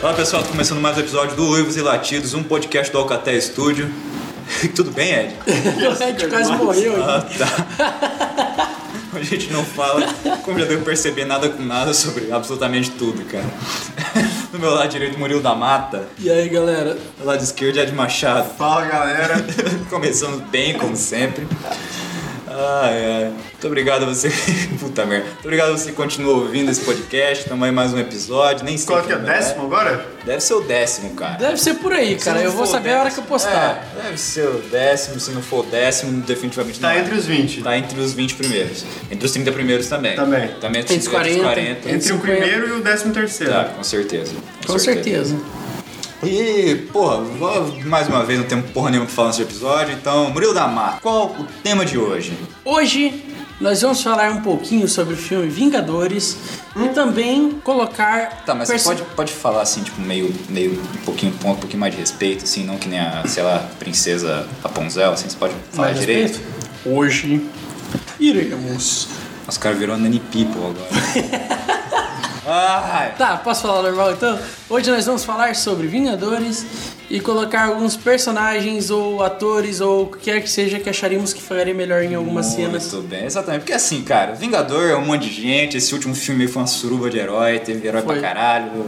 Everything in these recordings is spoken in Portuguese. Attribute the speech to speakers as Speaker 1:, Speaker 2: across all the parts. Speaker 1: Fala pessoal, Tô começando mais um episódio do Uivos e Latidos, um podcast do Alcatel Studio. Tudo bem, Ed?
Speaker 2: O Ed quase morreu.
Speaker 1: Ah, tá. A gente não fala, como já deu pra perceber, nada com nada sobre absolutamente tudo, cara. Do meu lado direito, Murilo da Mata.
Speaker 2: E aí, galera?
Speaker 1: Do lado esquerdo, Ed Machado.
Speaker 3: Fala galera,
Speaker 1: Começando bem, como sempre. Ai, ai. Muito obrigado a você. Puta merda. Muito obrigado a você que continua ouvindo esse podcast. Tamo aí mais um episódio. Nem sei.
Speaker 3: qual que é o
Speaker 1: como é.
Speaker 3: décimo agora?
Speaker 1: Deve ser o décimo, cara.
Speaker 2: Deve ser por aí, cara.
Speaker 1: não
Speaker 2: Eu vou
Speaker 1: for
Speaker 2: saber a hora que
Speaker 1: décimo-
Speaker 2: eu postar.
Speaker 1: É, deve ser o décimo, se não for o décimo, definitivamente
Speaker 3: Tá
Speaker 1: não. é.
Speaker 3: entre os 20.
Speaker 1: Tá entre os 20 primeiros. Entre os 30 primeiros também.
Speaker 3: Também.
Speaker 1: Também é
Speaker 2: Entre os 40.
Speaker 3: Entre o
Speaker 2: 50.
Speaker 3: primeiro e o décimo terceiro.
Speaker 1: Tá, com certeza.
Speaker 2: Com certeza.
Speaker 1: E, porra, vou- mais uma vez não temos porra nenhuma pra falar nesse episódio, então, Murilo da Mata, qual o tema de hoje?
Speaker 2: Hoje nós vamos falar um pouquinho sobre o filme Vingadores e também colocar.
Speaker 1: Hum? Tá, mas
Speaker 2: perso-
Speaker 1: você pode, pode falar assim, tipo, meio, meio um pouquinho, um pouquinho mais de respeito, assim, não que nem a, sei lá, princesa Rapunzel, assim, você pode falar
Speaker 2: Mais
Speaker 1: direito?
Speaker 2: respeito? então. Hoje iremos.
Speaker 1: Nossa, o cara virou Nanny People agora. Ai,
Speaker 2: Tá, posso falar normal então? Hoje nós vamos falar sobre Vingadores e colocar alguns personagens ou atores ou o que quer que seja que acharíamos que faria melhor em algumas cenas.
Speaker 1: Muito bem, exatamente. Porque assim, cara, Vingador é um monte de gente. Esse último filme foi uma suruba de herói, teve herói
Speaker 2: Foi.
Speaker 1: pra caralho.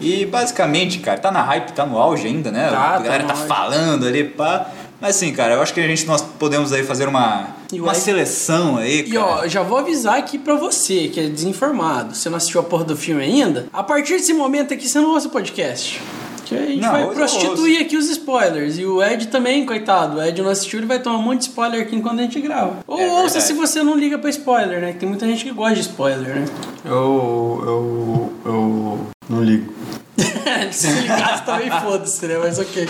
Speaker 1: E basicamente, cara, tá na hype, tá no auge ainda, né?
Speaker 2: Tá,
Speaker 1: a
Speaker 2: tá
Speaker 1: galera
Speaker 2: no
Speaker 1: tá,
Speaker 2: auge.
Speaker 1: falando ali, pá. Mas assim, cara, eu acho que a gente nós podemos aí fazer uma,
Speaker 2: E o
Speaker 1: uma
Speaker 2: aí-
Speaker 1: seleção aí,
Speaker 2: E
Speaker 1: cara.
Speaker 2: ó, já vou avisar aqui pra você que é desinformado, você não assistiu a porra do filme ainda, a partir desse momento aqui você não ouça o podcast. Que a gente
Speaker 1: Não, eu
Speaker 2: vai
Speaker 1: não
Speaker 2: prostituir aqui os spoilers. E o Ed também, coitado. O Ed não assistiu, ele vai tomar um monte de spoiler aqui enquanto a gente grava. Ou
Speaker 1: É
Speaker 2: ouça
Speaker 1: verdade.
Speaker 2: se você não liga pra spoiler, né? Que Tem muita gente que gosta de spoiler, né?
Speaker 3: Eu. Eu. Eu. Não ligo.
Speaker 2: né? se ligasse também foda-se, né? Mas ok.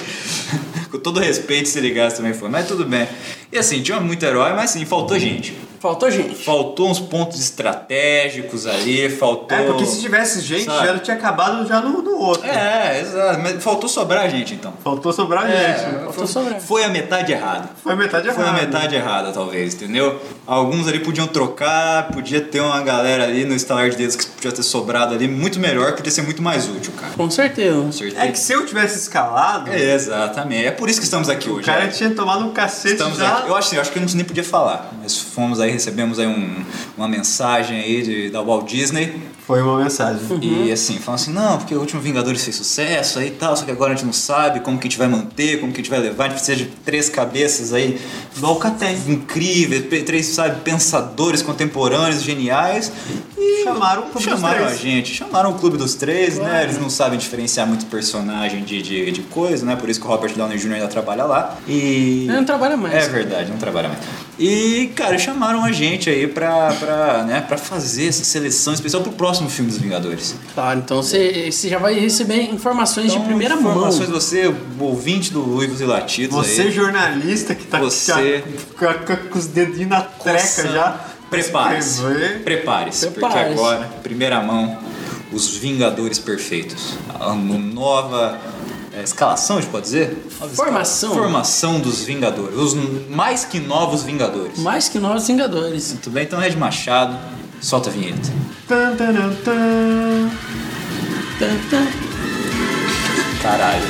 Speaker 1: Com todo respeito, se ligasse também foi. Mas tudo bem. E assim, tinha muito herói, mas assim,
Speaker 2: Hum.
Speaker 1: faltou gente.
Speaker 2: Faltou gente.
Speaker 1: Faltou uns pontos estratégicos ali, faltou.
Speaker 3: É, porque se tivesse gente,
Speaker 1: Sabe?
Speaker 3: já tinha acabado já no, no outro.
Speaker 1: É, exato. Mas faltou sobrar gente, então.
Speaker 3: Faltou sobrar gente.
Speaker 2: Faltou sobrar.
Speaker 1: Foi a metade errada.
Speaker 3: Foi a metade
Speaker 1: Foi a
Speaker 3: errada.
Speaker 1: metade errada, talvez, entendeu? Alguns ali podiam trocar, podia ter uma galera ali no estalar de dedos que podia ter sobrado ali muito melhor, podia ser muito mais útil, cara.
Speaker 2: Com certeza.
Speaker 1: Com certeza.
Speaker 3: É que se eu tivesse escalado,
Speaker 1: É, exatamente. É por isso que estamos aqui hoje.
Speaker 3: o cara
Speaker 1: né?
Speaker 3: tinha tomado um cacete
Speaker 1: Estamos
Speaker 3: já.
Speaker 1: aqui. Eu acho, eu acho que a gente nem podia falar, mas fomos aí, recebemos aí um- uma mensagem aí de, da Walt Disney
Speaker 3: Foi uma mensagem.
Speaker 2: Uhum.
Speaker 1: E assim, falam assim, não, porque o último Vingadores fez sucesso aí e tal, só que agora a gente não sabe como que a gente vai manter, como que a gente vai levar, a gente precisa de três cabeças aí do Alcatel. Incríveis, pe- três, sabe, pensadores contemporâneos, geniais. E
Speaker 3: Chamaram o clube dos
Speaker 1: chamaram
Speaker 3: três.
Speaker 1: a gente, chamaram o clube dos três, né? Eles não sabem diferenciar muito personagem de, de, de coisa, né? Por isso que o Robert Downey Jr. ainda trabalha lá. E.
Speaker 2: Ele não trabalha mais.
Speaker 1: É verdade, não trabalha mais. E, cara, chamaram a gente aí pra, pra, né, pra fazer essa seleção especial pro próximo filme dos Vingadores.
Speaker 2: Claro, então você você já vai receber informações de primeira
Speaker 1: Então, informações
Speaker 2: mão.
Speaker 1: você, ouvinte do Uivos e Latidos
Speaker 3: Você,
Speaker 1: aí.
Speaker 3: jornalista que tá
Speaker 1: Você-
Speaker 3: já, com, com- com os dedinhos na treca
Speaker 1: Coçando.
Speaker 3: já.
Speaker 1: Prepare-se.
Speaker 3: Escrever.
Speaker 1: Prepare-se, porque
Speaker 2: Prepare-se.
Speaker 1: agora, primeira mão, os Vingadores Perfeitos. Uma nova é, escalação, a gente pode dizer? Nova escala-
Speaker 2: Formação.
Speaker 1: Formação dos Vingadores. Os mais que novos Vingadores.
Speaker 2: Mais que nós, Vingadores.
Speaker 1: Muito bem, então Red Machado, solta a vinheta.
Speaker 3: Tan, tan, tan, tan.
Speaker 2: Tan, tan.
Speaker 1: Caralho.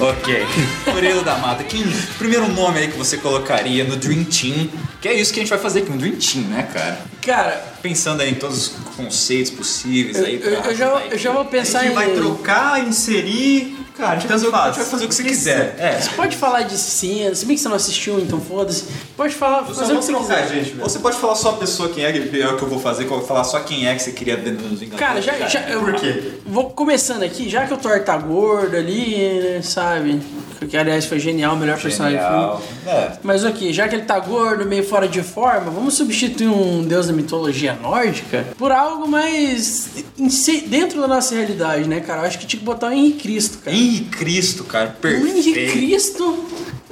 Speaker 1: Ok. Murilo da Mata, que primeiro nome aí que você colocaria no Dream Team? Que é isso que a gente vai fazer aqui, um Dream Team, né, cara?
Speaker 2: Cara,
Speaker 1: Pensando aí em todos os conceitos possíveis
Speaker 2: eu,
Speaker 1: aí.
Speaker 2: eu- eu já, eu já vou
Speaker 3: A
Speaker 1: né?
Speaker 2: pensar em.
Speaker 3: gente vai trocar, inserir. Cara,
Speaker 1: a gente, vai fazer, o- a gente vai fazer o que você quiser. É.
Speaker 2: Você pode falar de cena, se bem que você não assistiu, então foda-se. Pode falar, fazer o que você quiser.
Speaker 3: gente, velho.
Speaker 1: Ou você pode falar só a pessoa quem é, que é o que eu vou fazer, que eu vou falar só quem é que você queria ver nos Vingadores.
Speaker 2: Cara, já, já eu
Speaker 3: Por quê?
Speaker 2: vou começando aqui, já que o Thor tá gordo ali, né, sabe? Que aliás foi genial, o melhor personagem do filme.
Speaker 1: Genial. É.
Speaker 2: Mas ok, já que ele tá gordo, meio fora de forma, vamos substituir um deus da mitologia nórdica por algo mais em si- dentro da nossa realidade, né, cara? Eu acho que tinha que botar o Henrique Cristo, cara.
Speaker 1: Henrique Cristo, cara,
Speaker 2: O
Speaker 1: perfeito.
Speaker 2: Henrique Cristo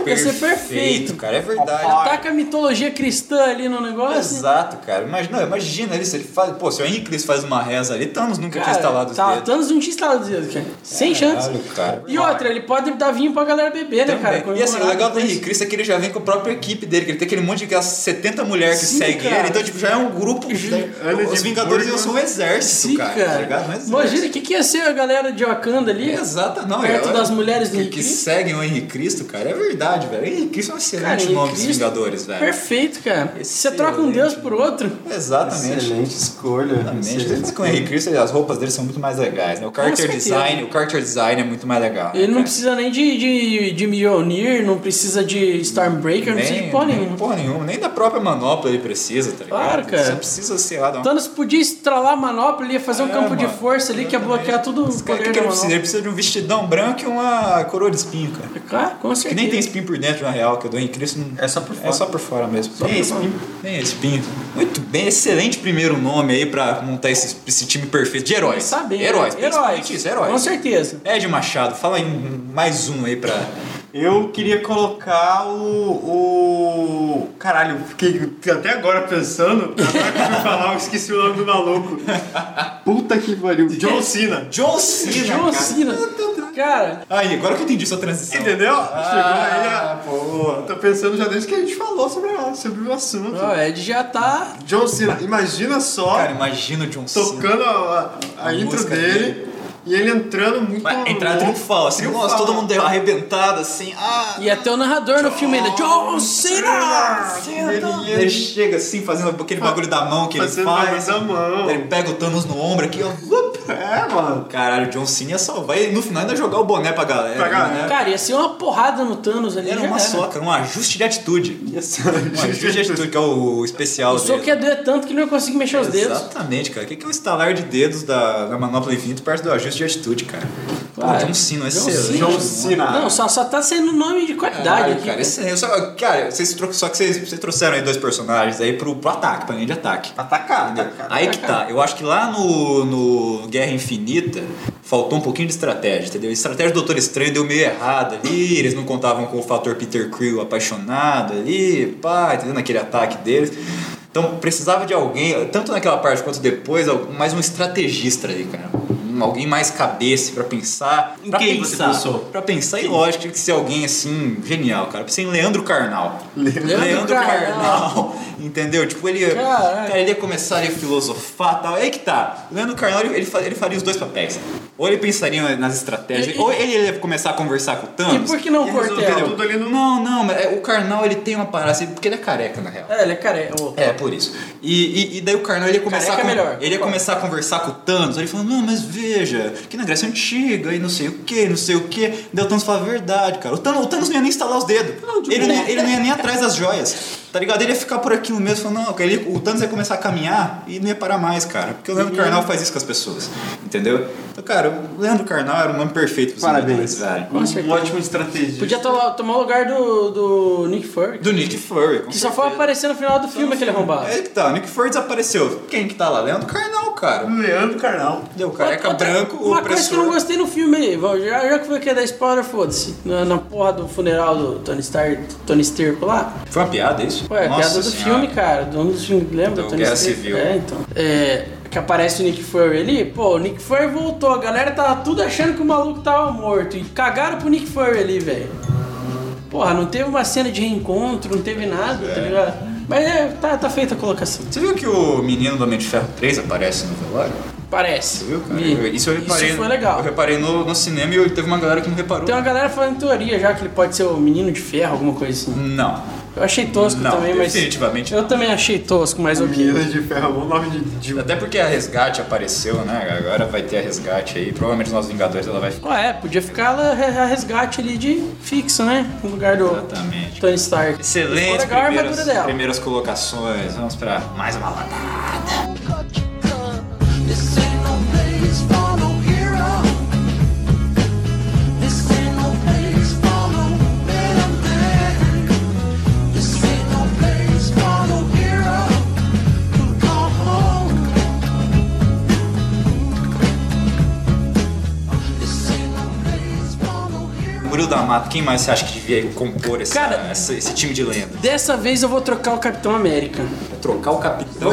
Speaker 2: quer ser perfeito. Tá
Speaker 1: cara. É verdade.
Speaker 2: Ataca a mitologia cristã ali no negócio.
Speaker 1: Exato, cara. Imagina, não, imagina ali se ele faz. Pô, se o Henrique faz uma reza ali, Thanos nunca tinha instalado os
Speaker 2: tá,
Speaker 1: dedos.
Speaker 2: Thanos não tinha instalado os dedos, cara. Sem chance.
Speaker 1: Caralho, cara.
Speaker 2: E outra, ele pode dar vinho pra galera beber, né, cara?
Speaker 1: Também. E assim, o
Speaker 2: Comemorar
Speaker 1: legal do
Speaker 2: depois.
Speaker 1: Henrique Cristo é que ele já vem com a própria equipe dele, que ele tem aquele monte de aquelas 70 mulheres que
Speaker 2: Sim,
Speaker 1: seguem
Speaker 2: cara.
Speaker 1: ele, então tipo, já é um grupo.
Speaker 3: Ana
Speaker 1: Os
Speaker 3: de né?
Speaker 1: Vingadores
Speaker 3: Burgos.
Speaker 1: iam ser um exército,
Speaker 2: Sim,
Speaker 1: cara. Tá ligado? Um exército.
Speaker 2: Imagina, o que, que ia ser a galera de Wakanda ali?
Speaker 1: Exato, não.
Speaker 2: Perto
Speaker 1: é-
Speaker 2: das mulheres do
Speaker 1: que,
Speaker 2: Henrique
Speaker 1: que
Speaker 2: Cristo.
Speaker 1: seguem o Henrique Cristo, cara. É verdade, velho. Henrique Cristo é um
Speaker 2: Cara,
Speaker 1: excelente
Speaker 2: Henrique
Speaker 1: nome dos
Speaker 2: Cristo,
Speaker 1: Vingadores, velho.
Speaker 2: Perfeito, cara. Você
Speaker 1: Excelente.
Speaker 2: troca um Deus por outro.
Speaker 1: Exatamente.
Speaker 3: Excelente escolha.
Speaker 1: Exatamente.
Speaker 3: excelente
Speaker 1: Tanto que o Henrique Cristo, as roupas dele são muito mais legais, né? O character
Speaker 2: certeza.
Speaker 1: design, o character design é muito mais legal. né,
Speaker 2: Ele não
Speaker 1: cara?
Speaker 2: precisa nem de, de, de Mjolnir, não precisa de Stormbreaker, não precisa de porra
Speaker 1: nem
Speaker 2: nenhuma.
Speaker 1: porra nenhuma, nem da própria manopla ele precisa, tá ligado?
Speaker 2: Claro, cara.
Speaker 1: Você precisa, sei lá, dar uma
Speaker 2: Thanos podia estralar a manopla, ele ia fazer um
Speaker 1: É,
Speaker 2: campo de
Speaker 1: mano. É.
Speaker 2: força ali que ia bloquear todo o
Speaker 1: Mas, cara, O
Speaker 2: poder
Speaker 1: que, que ele
Speaker 2: da
Speaker 1: precisa?
Speaker 2: manopla.
Speaker 1: Ele precisa de um vestidão branco e uma coroa de espinho, cara.
Speaker 2: Claro, com
Speaker 1: Que
Speaker 2: certeza.
Speaker 1: nem tem espinho por dentro, na real, que o do Henrique Cristo não...
Speaker 3: É só por fora.
Speaker 1: É só por fora mesmo. nem
Speaker 2: por
Speaker 1: espinho. Nem é espinho. Muito bem, excelente primeiro nome aí pra montar esse, esse time perfeito de heróis.
Speaker 2: Saber.
Speaker 1: Heróis,
Speaker 2: heróis.
Speaker 1: principalmente isso, heróis.
Speaker 2: Com certeza.
Speaker 1: Ed Machado, fala aí um- mais um aí pra...
Speaker 3: Eu queria colocar o. o... Caralho, fiquei até agora pensando. Agora que eu fui falar, eu esqueci o nome do maluco. Puta que pariu. John Cena.
Speaker 1: John Cena,
Speaker 2: John
Speaker 1: cara.
Speaker 2: Cena. Cara,
Speaker 1: Aí, agora que eu entendi sua transição.
Speaker 3: Entendeu?
Speaker 1: Ah,
Speaker 3: Chegou aí. a- Tô pensando já desde que a gente falou sobre, a- sobre o assunto.
Speaker 2: o Ed já tá.
Speaker 3: John Cena, imagina só
Speaker 1: Ah. Cara, imagina o John Cena.
Speaker 3: tocando a, a,
Speaker 1: A
Speaker 3: intro
Speaker 1: música
Speaker 3: dele,
Speaker 1: dele.
Speaker 3: e ele entrando muito.
Speaker 1: Vai entrar triunfal, assim,
Speaker 3: Triunfal.
Speaker 1: nossa, todo mundo arrebentado, assim, ah...
Speaker 2: E até o narrador no filme ainda. John Cena!
Speaker 1: Ele, ele chega assim, fazendo aquele bagulho da mão que ele
Speaker 3: Fazendo
Speaker 1: faz.
Speaker 3: bagulho da mão.
Speaker 1: Ele pega o Thanos no ombro aqui, ó. Vup.
Speaker 3: É, mano.
Speaker 1: Caralho, o John Cena ia salvar. E no final ainda jogar o boné pra galera.
Speaker 3: Pra galera.
Speaker 1: né?
Speaker 2: Cara, ia ser uma porrada no Thanos ali. né,
Speaker 1: Era
Speaker 2: já
Speaker 1: uma só, cara, um ajuste de atitude. Um ajuste de atitude, que é o especial
Speaker 2: O soco
Speaker 1: dele.
Speaker 2: ia doer tanto que não ia conseguir mexer os dedos.
Speaker 1: Exatamente, cara. O que que é o estalar de dedos da, da manopla infinito perto do ajuste de atitude, cara? Pô,
Speaker 2: Vai.
Speaker 1: John Cena,
Speaker 2: John
Speaker 1: excelente.
Speaker 2: Cena.
Speaker 3: John Cena.
Speaker 2: Não, só, só tá sendo nome de qualidade
Speaker 1: Caralho,
Speaker 2: aqui. né?
Speaker 1: cara, excelente. Só, cara, vocês, tro- só que vocês, vocês trouxeram aí dois personagens aí pro, pro ataque, pra linha de ataque.
Speaker 3: Atacar, né,
Speaker 1: Entendeu?
Speaker 3: atacar.
Speaker 1: Aí que tá. Eu acho que lá no, no Guerra Infinita faltou um pouquinho de estratégia, entendeu? A estratégia do Doutor Estranho deu meio errada ali, eles não contavam com o fator Peter Quill apaixonado ali, pá, entendeu? Naquele ataque deles. Então precisava de alguém, tanto naquela parte quanto depois, al- mais um estrategista ali, cara. Um- Alguém mais cabeça pra pensar.
Speaker 4: Em
Speaker 1: pra
Speaker 4: quem você
Speaker 1: pensar,
Speaker 4: pensou?
Speaker 1: Pra pensar, e lógico, tinha que ser alguém assim, genial, cara. Eu Pensei em Leandro Carnal.
Speaker 2: Leandro Carnal.
Speaker 1: Entendeu? Tipo, ele.
Speaker 2: Caralho.
Speaker 1: Cara, ele ia começar a filosofar e tal. Aí que tá. Leandro Carnal, ele, ele fa- ele faria os dois papéis. Ou ele pensaria nas estratégias,
Speaker 2: E- e-
Speaker 1: ou ele ia começar a conversar com o Thanos.
Speaker 2: E por que não o
Speaker 3: Ele resolveu
Speaker 2: Cortel?
Speaker 3: Um tudo ali no.
Speaker 1: Não, não, mas é, o Carnal ele tem uma parada assim, porque ele é careca, na real.
Speaker 2: É, ele é careca. Ô,
Speaker 1: É, por isso. E, e- e daí o Carnal ele ia começar,
Speaker 2: Careca
Speaker 1: a,
Speaker 2: é melhor.
Speaker 1: Ele ia começar a conversar com o Thanos. Ele falou: Não, mas veja, que na Grécia Antiga e não sei o que, não sei o que. Daí o Thanos fala a verdade, cara. O Thanos, o Thanos não ia nem instalar os dedos. ele, não ia- ele não ia nem atrás das joias. Tá ligado? Ele ia ficar por aquilo mesmo. Falando, não, cara, ele- o Thanos ia começar a caminhar e não ia parar mais, cara. Porque o Leandro Carnal faz isso com as pessoas. Entendeu? Então, cara, o Leandro Carnal era o nome perfeito pros
Speaker 3: Parabéns.
Speaker 1: Vingadores, velho.
Speaker 2: Com certeza.
Speaker 3: Um ótimo estratégia.
Speaker 2: Podia to- tomar o lugar do, do Nick Fury.
Speaker 1: Do Nick Fury. com
Speaker 2: Que só foi aparecer no final do filme aquele arrombado.
Speaker 1: É que tá, o Nick Fury desapareceu. Quem que tá lá? Leandro Carnal, cara.
Speaker 3: Leandro Carnal.
Speaker 1: Deu careca
Speaker 2: Outra-
Speaker 1: branco, o
Speaker 2: Uma coisa que eu não
Speaker 1: opressor.
Speaker 2: gostei no filme aí, Val, já, já que foi que é da spoiler, foda-se. Na, na porra do funeral do Tony Stark, Tony Stirco lá.
Speaker 1: Foi uma piada é isso?
Speaker 2: Ué, a
Speaker 1: Nossa
Speaker 2: piada do
Speaker 1: Senhora.
Speaker 2: filme, cara. Do um dos filmes, lembra?
Speaker 1: Do
Speaker 2: Tony
Speaker 1: Guerra
Speaker 2: Stark?
Speaker 1: Civil.
Speaker 2: É, então. É, que aparece o Nick Fury ali. Pô, o Nick Fury voltou. A galera tava tudo achando que o maluco tava morto. E cagaram pro Nick Fury ali, velho. Porra, não teve uma cena de reencontro, não teve nada, tá ligado? Mas é, tá, tá feita a colocação.
Speaker 1: Você viu que o menino do Homem de Ferro 3 aparece no velório?
Speaker 2: Parece.
Speaker 1: Você viu, cara?
Speaker 2: Vi.
Speaker 1: Eu- Isso eu reparei.
Speaker 2: Isso foi legal.
Speaker 1: Eu reparei no, no cinema e eu- teve uma galera que não reparou.
Speaker 2: Tem uma galera falando teoria já que ele pode ser o menino de ferro, alguma coisa assim.
Speaker 1: Não.
Speaker 2: Eu achei tosco
Speaker 1: Não,
Speaker 2: também, mas.
Speaker 1: definitivamente
Speaker 2: Eu também achei tosco, mas ok.
Speaker 3: Menina de ferro, bom nome de. de...
Speaker 1: Até porque a Resgate apareceu, né? Agora vai ter a Resgate aí. Provavelmente os nossos Vingadores ela vai ficar.
Speaker 2: Ué, é, podia ficar lá re- a resgate ali de fixo, né? No lugar do
Speaker 1: Exatamente.
Speaker 2: Tony Stark. Ficou
Speaker 1: Excelente
Speaker 2: legal a armadura
Speaker 1: primeiras,
Speaker 2: dela.
Speaker 1: primeiras colocações. Vamos pra mais uma lata.
Speaker 5: This ain't no place for no hero. This ain't no place for no better man. This ain't no place for no hero to go home. This ain't no place for no hero.
Speaker 1: Bril da Mata, quem mais você acha que devia compor essa-
Speaker 2: Cara,
Speaker 1: essa- esse time de lenda?
Speaker 2: Dessa vez eu vou trocar o Capitão América.
Speaker 1: Trocar o capitão?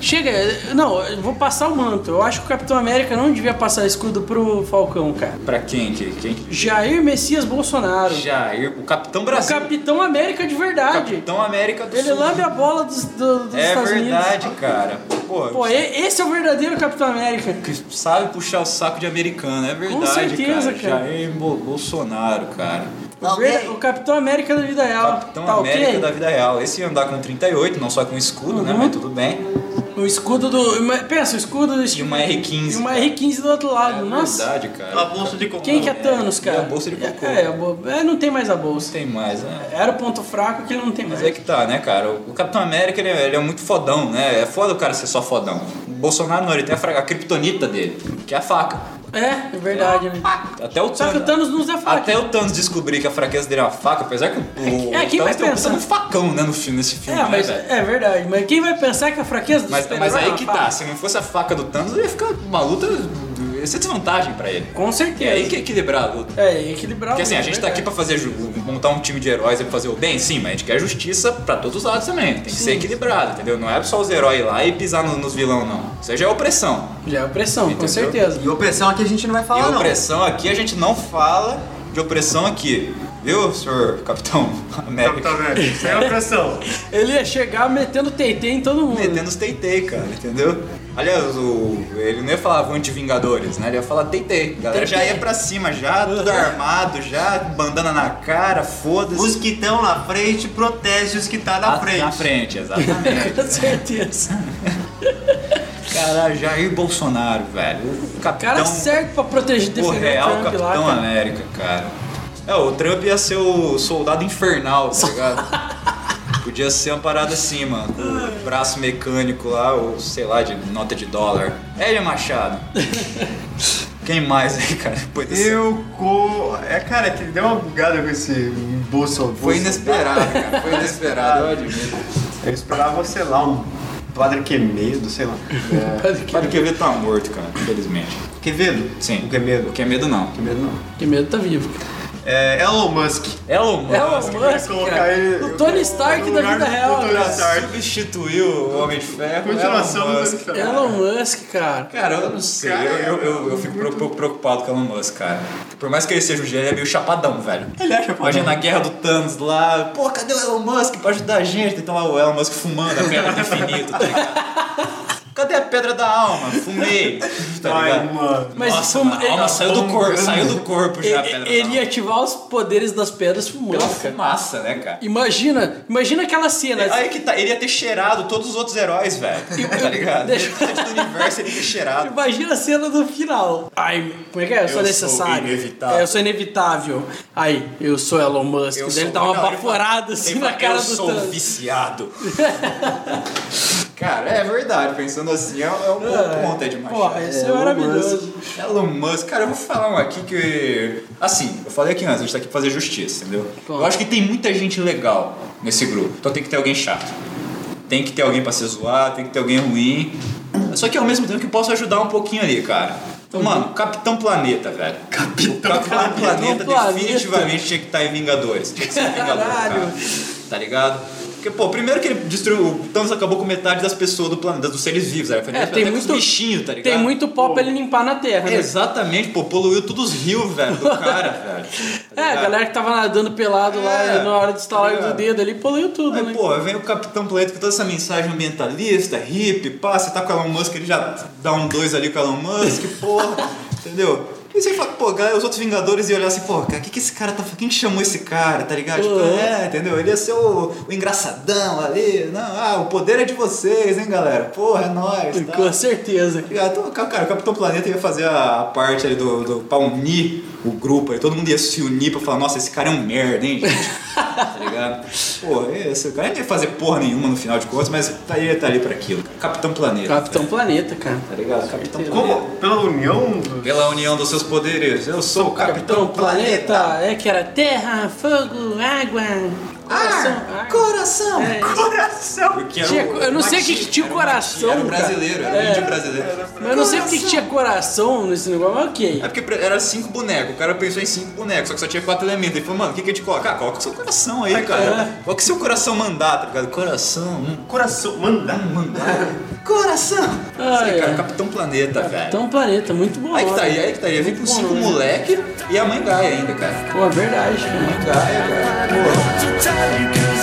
Speaker 2: Chega, não, eu vou passar o manto. Eu acho que o Capitão América não devia passar escudo pro Falcão, cara.
Speaker 1: Pra quem? que- quem que-
Speaker 2: Jair Messias Bolsonaro. É
Speaker 1: Jair, o Capitão
Speaker 2: O
Speaker 1: Brasil.
Speaker 2: Capitão América de verdade.
Speaker 1: Capitão América do
Speaker 2: Ele
Speaker 1: Sul.
Speaker 2: lambe a bola dos, do- dos
Speaker 1: É
Speaker 2: Estados
Speaker 1: verdade,
Speaker 2: Unidos.
Speaker 1: cara. Pô,
Speaker 2: Pô, e- esse é o verdadeiro Capitão América.
Speaker 1: que sabe puxar o saco de americano, é verdade,
Speaker 2: certeza, cara.
Speaker 1: Jair Bo- Bolsonaro, cara.
Speaker 2: O, verda- o Capitão América da vida real.
Speaker 1: Capitão
Speaker 2: tá
Speaker 1: América
Speaker 2: ok?
Speaker 1: da vida real. Esse ia andar com 38, não só com escudo, né?
Speaker 2: Uhum.
Speaker 1: Mas tudo bem.
Speaker 2: O escudo do. uma- pensa, o escudo do
Speaker 1: E uma R15.
Speaker 2: E uma R15 do outro lado.
Speaker 1: É
Speaker 2: Nossa.
Speaker 1: verdade,
Speaker 3: A
Speaker 1: cara.
Speaker 3: bolsa de cocô.
Speaker 2: Quem que é Thanos,
Speaker 1: e
Speaker 2: cara?
Speaker 1: a bolsa de cocô.
Speaker 2: É, a bo- é, não tem mais a bolsa.
Speaker 1: Tem mais, né?
Speaker 2: Era o ponto fraco que ele não tem mais.
Speaker 1: Mas é que tá, né, cara? O Capitão América, ele é, ele é muito fodão, né? É foda o cara ser só fodão. O Bolsonaro não, ele tem a, fra- a criptonita dele, que é a faca.
Speaker 2: É, é verdade, né?
Speaker 1: Até o
Speaker 2: Só que o Thanos não usa faca.
Speaker 1: Até o Thanos descobrir que a fraqueza dele é uma faca, apesar que o, o
Speaker 2: é, quem vai
Speaker 1: Thanos tem um
Speaker 2: pensar?
Speaker 1: puta no facão, né, no filme, nesse filme,
Speaker 2: É,
Speaker 1: né,
Speaker 2: mas
Speaker 1: velho?
Speaker 2: é verdade. Mas quem vai pensar que a fraqueza do
Speaker 1: Mas,
Speaker 2: super-herói
Speaker 1: mas
Speaker 2: é
Speaker 1: aí
Speaker 2: uma
Speaker 1: que
Speaker 2: faca?
Speaker 1: tá, se não fosse a faca do Thanos, ia ficar uma luta. ia ser desvantagem pra ele.
Speaker 2: Com
Speaker 1: E
Speaker 2: certeza.
Speaker 1: aí que é equilibrar a luta.
Speaker 2: É, equilibrar o
Speaker 1: Porque assim, a
Speaker 2: mundo,
Speaker 1: gente
Speaker 2: é
Speaker 1: tá aqui
Speaker 2: verdade.
Speaker 1: pra fazer ju- montar um time de heróis e fazer o bem, sim, mas a gente quer justiça pra todos os lados também. Tem que ser equilibrado, entendeu? Não é só os heróis ir lá e pisar no- nos vilão, não. Isso aí já é opressão.
Speaker 2: Já é opressão, com
Speaker 1: Entendeu?
Speaker 2: certeza.
Speaker 3: E opressão aqui a gente não vai falar,
Speaker 1: e
Speaker 3: não.
Speaker 1: opressão aqui a gente não fala de opressão aqui. Viu, senhor Capitão América?
Speaker 3: Capitão América, isso é opressão.
Speaker 2: Ele ia chegar metendo TT em todo mundo.
Speaker 1: metendo os Teitei, cara, entendeu? Aliás, o, ele não ia falar avante Vingadores, né? Ele ia falar Teitei. A galera já ia pra cima, já, tudo armado, já, bandana na cara,
Speaker 3: Os
Speaker 1: foda-se.
Speaker 3: que estão na frente protegem os que tá na
Speaker 1: Ah,
Speaker 3: frente.
Speaker 1: Na frente, exatamente.
Speaker 2: Com certeza.
Speaker 1: Então, cara, Jair Bolsonaro, velho. O capitão,
Speaker 2: Cara certo pra proteger
Speaker 1: o
Speaker 2: defender
Speaker 1: real
Speaker 2: o Trump lá,
Speaker 1: Capitão
Speaker 2: cara.
Speaker 1: América, cara. É, o Trump ia ser o soldado infernal, tá ligado? Podia ser uma parada assim, mano. com O braço mecânico lá, ou sei lá, de nota de dólar. É, Machado. Quem mais aí, cara? Depois desse-
Speaker 3: Eu co... É, cara, que deu uma bugada com esse Bolsonaro.
Speaker 1: Foi inesperado, cara. Foi inesperado, eu admito.
Speaker 3: Eu esperava, sei lá, um Padre Quemedo, sei lá.
Speaker 2: Padre Quevedo.
Speaker 1: Mas o Quevedo tá morto, cara, infelizmente.
Speaker 3: É... Quevedo?
Speaker 1: Sim.
Speaker 3: O Quemedo.
Speaker 1: O Quevedo não.
Speaker 3: Quemedo não.
Speaker 2: Que medo tá vivo.
Speaker 3: É, Elon Musk.
Speaker 1: Elon Musk.
Speaker 2: Elon
Speaker 3: eu
Speaker 2: Musk,
Speaker 3: queria colocar
Speaker 2: cara.
Speaker 3: ele-
Speaker 2: O Tony Stark
Speaker 3: no
Speaker 2: da
Speaker 3: lugar
Speaker 2: vida
Speaker 3: do
Speaker 2: real.
Speaker 3: Tony
Speaker 2: cara.
Speaker 3: Stark.
Speaker 1: Substituiu o Homem de Ferro.
Speaker 3: Continuação
Speaker 1: Elon
Speaker 3: do
Speaker 1: Musk.
Speaker 3: Tony Stark.
Speaker 2: Elon Musk, cara.
Speaker 1: Cara, eu não sei.
Speaker 3: Cara,
Speaker 1: eu, eu, eu, eu fico um pouco preocupado com o Elon Musk, cara. Por mais que ele seja um gênio, ele é meio chapadão, velho.
Speaker 2: é
Speaker 3: Ele acha
Speaker 1: Imagina a guerra do Thanos lá. Pô, cadê o Elon Musk pra ajudar a gente? Tem lá o Elon Musk fumando a pedra do infinito, tá ligado? Cadê a pedra da alma? Fumei. Tá
Speaker 3: Ai,
Speaker 1: ligado?
Speaker 3: mano.
Speaker 2: Mas
Speaker 1: Nossa,
Speaker 2: fuma-
Speaker 1: mano, a alma saiu do corpo, saiu do corpo já a pedra
Speaker 2: ele,
Speaker 1: da
Speaker 2: ele é ia
Speaker 1: alma.
Speaker 2: ativar os poderes das pedras fumando,
Speaker 1: Pela
Speaker 2: cara.
Speaker 1: fumaça, né, cara?
Speaker 2: Imagina, imagina aquela cena.
Speaker 1: Aí que tá, ele ia ter cheirado todos os outros heróis, velho. Tá ligado?
Speaker 2: Deixa-
Speaker 1: Metade do universo ele ia ter cheirado.
Speaker 2: Imagina a cena do final. Ai, como é que é? Eu sou
Speaker 1: Eu sou
Speaker 2: necessário.
Speaker 1: inevitável.
Speaker 2: É, eu sou inevitável. Aí, eu sou Elon Musk.
Speaker 1: Eu
Speaker 2: Daí
Speaker 1: sou-
Speaker 2: ele dá uma
Speaker 1: não, ele
Speaker 2: baforada
Speaker 1: fala-
Speaker 2: assim
Speaker 1: ele
Speaker 2: na
Speaker 1: fala,
Speaker 2: cara
Speaker 1: eu
Speaker 2: do
Speaker 1: sou
Speaker 2: Thanos.
Speaker 1: viciado. cara, é verdade. Pensando assim, é, é um
Speaker 2: Ah,
Speaker 1: bom ponto aí de machado.
Speaker 2: Porra, isso é, maravilhoso.
Speaker 1: Elon Musk, cara, eu vou falar um aqui que. Assim, eu falei aqui antes, a gente tá aqui pra fazer justiça, entendeu?
Speaker 2: Claro.
Speaker 1: Eu acho que tem muita gente legal nesse grupo, então tem que ter alguém chato. Tem que ter alguém pra se zoar, tem que ter alguém ruim. Só que ao mesmo tempo que possa ajudar um pouquinho ali, cara. Então, mano, Capitão Planeta, velho. Capitão, Capitão Planeta,
Speaker 2: Uhum. Planeta.
Speaker 1: definitivamente tinha que estar em Vingadores. Tinha que ser um Vingador,
Speaker 2: Caralho.
Speaker 1: cara. Tá ligado? Porque, pô, primeiro que ele destruiu. O Thanos acabou com metade das pessoas do planeta, dos seres vivos. Aí,
Speaker 2: É, tem muito,
Speaker 1: bichinho, tá ligado?
Speaker 2: tem muito pó pra
Speaker 3: Pô.
Speaker 2: ele limpar na terra, né?
Speaker 1: Exatamente, pô, poluiu todos os rios, velho, do cara, velho. Tá
Speaker 2: É, a galera que tava nadando pelado
Speaker 1: É,
Speaker 2: lá na hora de
Speaker 1: tá
Speaker 2: estalar
Speaker 1: ligado?
Speaker 2: do dedo ali, poluiu tudo,
Speaker 1: Aí,
Speaker 2: né?
Speaker 1: pô, vem o Capitão Planeta com toda essa mensagem ambientalista, hippie, pá, você tá com o Elon Musk, ele já dá um dois ali com o Elon Musk, porra, entendeu? E você fala, pô, galera, os outros Vingadores iam olhar assim, pô, cara, o que, que esse cara tá Quem que chamou esse cara, tá ligado? Tipo,
Speaker 2: Uhum.
Speaker 1: é, entendeu? Ele ia ser o, o engraçadão ali, não, ah, o poder é de vocês, hein, galera? Porra, é nóis, tá?
Speaker 2: Com certeza.
Speaker 1: Tá ligado? Então, ca- cara, o Capitão Planeta ia fazer a parte ali do, do. pra unir o grupo aí. Todo mundo ia se unir pra falar, nossa, esse cara é um merda, hein, gente? tá ligado? Pô, esse cara nem ia fazer porra nenhuma no final de contas, mas tá aí, tá ali pra aquilo. cara. Capitão Planeta.
Speaker 2: Capitão Planeta, cara.
Speaker 1: Tá ligado? Capitão Planeta.
Speaker 3: Como? Pela união dos...
Speaker 1: Pela união dos seus poderes, eu sou o Capitão
Speaker 2: Capitão
Speaker 1: Planeta.
Speaker 2: Planeta, é que era terra, fogo, água. Coração.
Speaker 1: Coração!
Speaker 2: É.
Speaker 3: Coração!
Speaker 1: Porque Ah, era
Speaker 2: Tinha-
Speaker 1: é o-
Speaker 2: eu não sei o que, que tinha
Speaker 1: era um-
Speaker 2: coração.
Speaker 1: Era um
Speaker 2: cara.
Speaker 1: brasileiro, era um índio brasileiro.
Speaker 2: Mas eu não sei porque que tinha coração nesse negócio, mas ok.
Speaker 1: É porque pra- era cinco bonecos, o cara pensou em cinco bonecos, só que só tinha quatro elementos. Ele falou, mano, o que que a gente coloca? Ah, coloca o seu coração aí, cara. Qual que o seu coração mandar, tá ligado? Coração, hum,
Speaker 3: Coração, manda.
Speaker 1: mandar. Coração!
Speaker 2: Ah,
Speaker 1: Sei, cara,
Speaker 2: é.
Speaker 1: Capitão Planeta, velho.
Speaker 2: Então, planeta, muito bom.
Speaker 1: Aí que tá aí,
Speaker 2: né?
Speaker 1: aí que tá aí. Vem com
Speaker 2: Muito bom
Speaker 1: cinco
Speaker 2: nome.
Speaker 1: moleque e a mãe Gaia ainda, cara.
Speaker 2: Pô, é verdade, cara.
Speaker 1: Gaia, cara. Pô,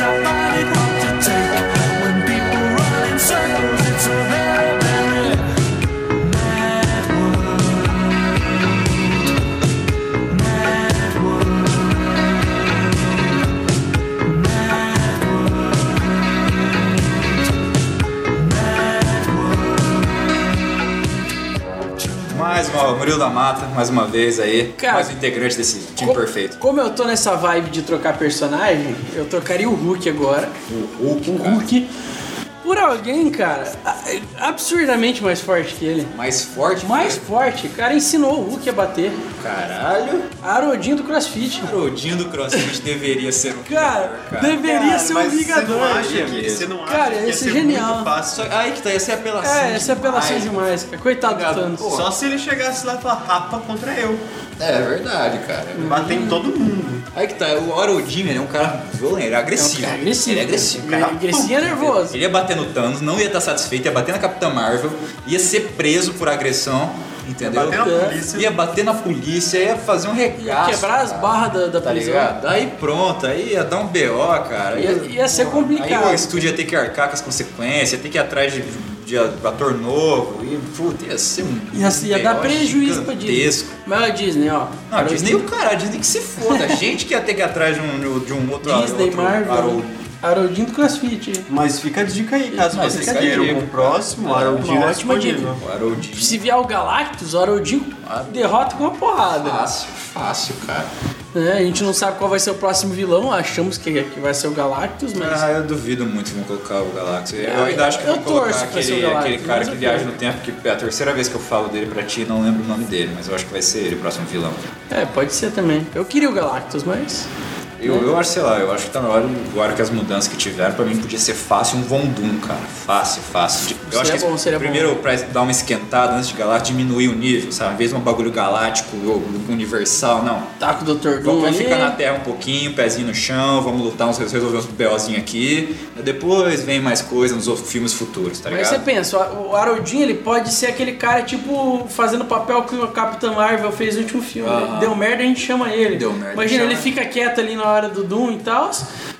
Speaker 1: mais uma, Murilo da Mata, mais uma vez aí.
Speaker 2: Cara,
Speaker 1: mais um integrante desse time
Speaker 2: Co-
Speaker 1: perfeito.
Speaker 2: Como eu tô nessa vibe de trocar personagem, eu trocaria o Hulk agora.
Speaker 1: O Hulk,
Speaker 2: O
Speaker 1: cara,
Speaker 2: Hulk por alguém, cara, a- absurdamente mais forte que ele.
Speaker 1: mais forte.
Speaker 2: Mais forte, o cara ensinou o Hulk a bater.
Speaker 1: Caralho.
Speaker 2: Arodinho do CrossFit.
Speaker 1: Rodinho do CrossFit deveria ser um
Speaker 2: Cara,
Speaker 1: Vingador, cara.
Speaker 2: deveria ser um
Speaker 3: mas Você
Speaker 2: Vingador.
Speaker 3: não acha,
Speaker 1: que-
Speaker 3: você não acha
Speaker 2: Cara,
Speaker 3: que ia
Speaker 2: ia ser
Speaker 3: ser
Speaker 2: genial.
Speaker 3: muito fácil.
Speaker 1: Só, aí que tá, essa é apelação.
Speaker 2: É, essa é apelação
Speaker 1: demais.
Speaker 2: demais, cara. Coitado do
Speaker 1: Obrigado.
Speaker 2: Thanos.
Speaker 1: Pô.
Speaker 3: Só se ele chegasse lá e falar rapa contra eu.
Speaker 1: É verdade, cara.
Speaker 3: Bater
Speaker 2: Hum.
Speaker 3: em todo mundo.
Speaker 1: Aí que tá, o Haroldinho ele é um cara violento, ele é agressivo.
Speaker 2: É um cara agressivo.
Speaker 1: Ele é agressivo, cara.
Speaker 2: Grecinha é nervoso.
Speaker 1: Ele ia bater no Thanos, não ia estar satisfeito, ia bater na Capitã Marvel, ia ser preso por agressão, entendeu?
Speaker 3: Bater na
Speaker 2: É.
Speaker 3: polícia.
Speaker 1: Ia bater na polícia, ia fazer um
Speaker 2: Ia
Speaker 1: regaço.
Speaker 2: quebrar as
Speaker 1: cara,
Speaker 2: barras da, da
Speaker 1: Tá
Speaker 2: prisão.
Speaker 1: ligado? Aí pronto, aí ia dar um BO, cara.
Speaker 2: Ia- ia ser
Speaker 1: pô,
Speaker 2: complicado.
Speaker 1: Aí o estúdio ia ter que arcar com as consequências, ia ter que ir atrás de, de ator novo. E, puta, ia ser um.
Speaker 2: Ia, se- ia dar
Speaker 1: BO
Speaker 2: prejuízo pra Disney.
Speaker 1: gigantesco.
Speaker 2: Mas a Disney, ó.
Speaker 1: Não, a Disney é o cara, a Disney que se foda. A gente que ia ter que ir atrás de um, de um outro
Speaker 2: Disney,
Speaker 1: outro
Speaker 2: Marvel.
Speaker 1: Harold.
Speaker 2: Haroldinho do CrossFit. hein?
Speaker 3: Mas fica a dica aí, caso
Speaker 1: Mas
Speaker 3: vocês
Speaker 1: fica a
Speaker 3: queiram
Speaker 1: dica.
Speaker 3: o próximo, o Haroldinho
Speaker 2: Uma
Speaker 3: é
Speaker 2: ótima
Speaker 3: disponível.
Speaker 1: O Haroldinho.
Speaker 2: Se vier o Galactus, o Haroldinho derrota com uma porrada.
Speaker 1: Fácil, fácil, cara.
Speaker 2: né? A gente não sabe qual vai ser o próximo vilão, achamos que, que vai ser o Galactus, mas.
Speaker 1: Ah, eu duvido muito que vão colocar o Galactus. Eu ainda acho que
Speaker 2: Ah, eu
Speaker 1: vão colocar
Speaker 2: torço pra ser o
Speaker 1: aquele,
Speaker 2: Galactus,
Speaker 1: aquele cara
Speaker 2: mas
Speaker 1: que
Speaker 2: eu
Speaker 1: viaja
Speaker 2: torço.
Speaker 1: no tempo, que é a terceira vez que eu falo dele pra ti, não lembro o nome dele, mas eu acho que vai ser ele o próximo vilão.
Speaker 2: É, pode ser também. Eu queria o Galactus, mas.
Speaker 1: Eu, eu acho, sei lá, eu acho que tá na hora, agora que as mudanças que tiveram, pra mim podia ser fácil um Von Doom, cara. Fácil, fácil. Eu
Speaker 2: Tipo, Seria
Speaker 1: acho que
Speaker 2: bom, seria bom.
Speaker 1: primeiro, pra dar uma esquentada antes de Galáctico, diminuir o nível, sabe? Em vez de um bagulho galáctico, ou universal, não.
Speaker 2: Tá com o Dr. Doom.
Speaker 1: Vamos vai
Speaker 2: ali.
Speaker 1: ficar na terra um pouquinho, pezinho no chão, vamos lutar, uns, resolver uns BOzinhos aqui. aí Depois vem mais coisa nos outros filmes futuros, tá
Speaker 2: Mas você
Speaker 1: ligado?
Speaker 2: pensa, o Haroldinho ele pode ser aquele cara, tipo, fazendo o papel que o Capitã Marvel fez no último filme. né?
Speaker 1: Aham.
Speaker 2: Deu merda, a gente chama ele.
Speaker 1: Deu merda,
Speaker 2: Imagina,
Speaker 1: chama.
Speaker 2: ele fica quieto ali na hora do Doom e tal.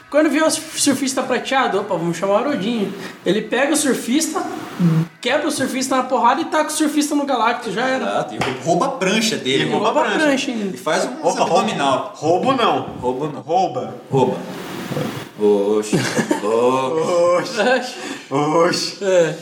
Speaker 2: Quando vê o surfista prateado, opa, vamos chamar o Haroldinho. Ele pega o surfista, quebra o surfista na porrada e taca o surfista no Galactus, já era.
Speaker 1: Exato, e rouba a prancha dele.
Speaker 3: E
Speaker 2: Ele rouba a
Speaker 3: prancha.
Speaker 2: prancha ainda.
Speaker 1: E faz um
Speaker 3: Opa,
Speaker 1: abdominal.
Speaker 3: Roubo não.
Speaker 1: Roubo não.
Speaker 3: Rouba.
Speaker 1: Rouba. Oxi. Oxi.
Speaker 3: Oxe.
Speaker 2: É.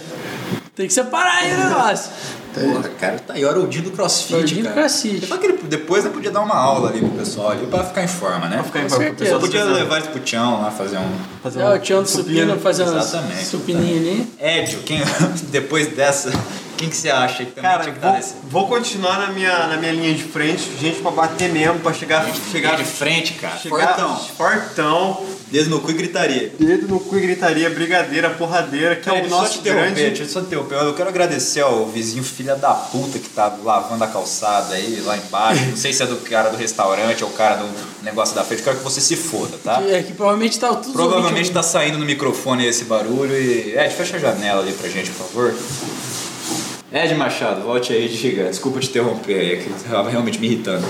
Speaker 2: Tem que separar aí o negócio.
Speaker 1: Porra, cara, tá aí o Haroldinho do CrossFit,
Speaker 2: Haroldinho do
Speaker 1: cara.
Speaker 2: CrossFit.
Speaker 1: Só que ele- depois ele podia dar uma aula ali pro pessoal ali pra ficar em forma, né?
Speaker 3: Fica aí
Speaker 2: Com
Speaker 3: pra- pra
Speaker 2: certeza.
Speaker 3: pessoa
Speaker 1: Podia
Speaker 3: do-
Speaker 1: levar eles pro tchão lá, fazer um...
Speaker 3: fazer
Speaker 2: É, o Tião do
Speaker 3: supino.
Speaker 2: Supino fazendo umas
Speaker 1: Exatamente.
Speaker 2: supininha ali.
Speaker 1: Édio, quem... depois dessa, quem que você acha que também
Speaker 3: Cara,
Speaker 1: tinha que dar
Speaker 3: vou,
Speaker 1: nesse...
Speaker 3: vou continuar na minha, na minha linha de frente, gente pra bater mesmo, pra chegar.
Speaker 1: Chegar
Speaker 3: chegar
Speaker 1: de frente, cara.
Speaker 3: chegar-
Speaker 1: Fortão.
Speaker 3: Fortão.
Speaker 1: Dedo no cu e gritaria.
Speaker 3: Dedo no cu e gritaria, brigadeira, porradeira, que é o
Speaker 1: Peraí, deixa eu
Speaker 3: nosso
Speaker 1: só te interromper,
Speaker 3: grande.
Speaker 1: deixa eu só te interromper. Eu quero agradecer ao vizinho filha da puta que tá lavando a calçada aí lá embaixo. Não sei se é do cara do restaurante ou o cara do negócio da frente. Eu quero que você se foda, tá?
Speaker 2: É que provavelmente tá tudo
Speaker 1: Provavelmente tá saindo no microfone esse barulho e. Ed, fecha a janela ali pra gente, por favor. Ed Machado, volte aí de gigante. Desculpa te interromper aí, é que tava realmente me irritando.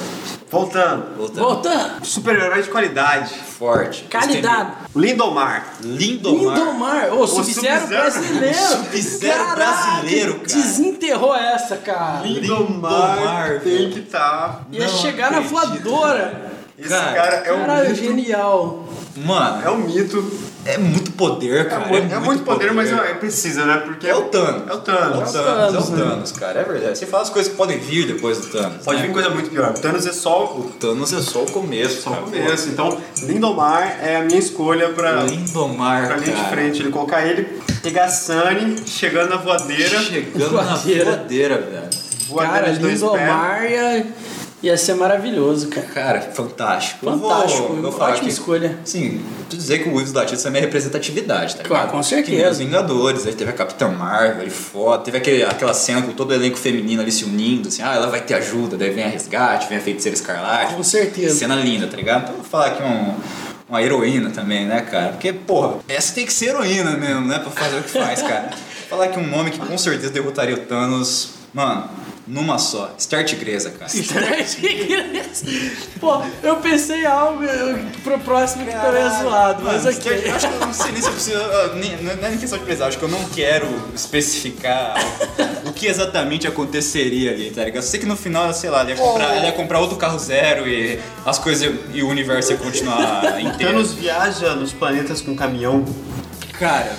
Speaker 3: Voltando.
Speaker 1: Voltando.
Speaker 2: Voltando.
Speaker 3: Super-herói de qualidade.
Speaker 1: Forte.
Speaker 2: Qualidade.
Speaker 3: Lindomar.
Speaker 1: Lindomar.
Speaker 2: Lindomar. Ô, Sub-Zero
Speaker 3: Sub-Zero.
Speaker 2: brasileiro.
Speaker 1: Sub-Zero
Speaker 2: Caraca,
Speaker 1: brasileiro, cara.
Speaker 2: Desenterrou essa, cara.
Speaker 1: Lindomar,
Speaker 3: tem
Speaker 1: velho.
Speaker 3: que estar.
Speaker 2: Ia
Speaker 1: Não
Speaker 2: chegar na
Speaker 1: acredito.
Speaker 2: voadora.
Speaker 3: Esse
Speaker 1: Cara,
Speaker 3: cara, é um
Speaker 2: Caralho,
Speaker 3: mito.
Speaker 2: genial.
Speaker 1: Mano,
Speaker 3: É um mito.
Speaker 1: É muito poder,
Speaker 3: É,
Speaker 1: cara.
Speaker 3: muito, é muito poder, mas é, precisa, né? Porque
Speaker 1: É o Thanos.
Speaker 3: É o Thanos.
Speaker 1: É o Thanos, é o
Speaker 2: Thanos, né?
Speaker 1: Thanos, cara. É verdade. Você fala as coisas que podem vir depois do Thanos.
Speaker 3: Pode vir coisa muito pior. O Thanos é só o
Speaker 1: O Thanos é só o começo,
Speaker 3: só
Speaker 1: cara.
Speaker 3: o começo. Então, Lindomar é a minha escolha pra,
Speaker 1: Lindomar,
Speaker 3: pra linha de
Speaker 1: cara.
Speaker 3: frente. Ele colocar ele, pegar a Sunny, chegando na voadeira.
Speaker 1: Chegando na
Speaker 2: Voadeira.
Speaker 1: voadeira, velho.
Speaker 3: voadeira
Speaker 2: Cara,
Speaker 3: de dois pés.
Speaker 2: Lindomar ia Ia ser maravilhoso, cara.
Speaker 1: Cara, fantástico.
Speaker 2: Fantástico,
Speaker 1: Eu vou, eu vou falar
Speaker 2: ótima
Speaker 1: que-
Speaker 2: escolha.
Speaker 1: Sim, preciso dizer que o Weaves Latidos também é representatividade, tá
Speaker 2: Claro,
Speaker 1: ligado?
Speaker 2: com certeza.
Speaker 1: Que Os Vingadores, aí teve a Capitã Marvel, ele foda, teve aquele, aquela cena com todo o elenco feminino ali se unindo, assim, ah, ela vai ter ajuda, daí vem a Resgate, vem a Feiticeira Escarlate.
Speaker 2: Com certeza.
Speaker 1: Cena linda, tá ligado? Então eu vou falar aqui um, uma heroína também, né, cara? Porque, porra, essa tem que ser heroína mesmo, né, pra fazer o que faz, cara. Vou falar aqui um nome que com certeza derrotaria o Thanos, mano, numa só, Start Tigresa, cara.
Speaker 2: é Pô, eu pensei algo eu- pro próximo que também é zoado, mas
Speaker 1: Mano,
Speaker 2: ok.
Speaker 1: eu acho que eu não sei nem se eu preciso. ah, nem- Não não é nem questão de precisar, acho que eu não quero especificar o que exatamente aconteceria ali, tá ligado? Eu sei que no final, sei lá, ele ia comprar, ele ia comprar outro carro zero e as coisas e o universo ia continuar inteiro.
Speaker 3: Thanos viaja nos planetas com caminhão.
Speaker 1: Cara,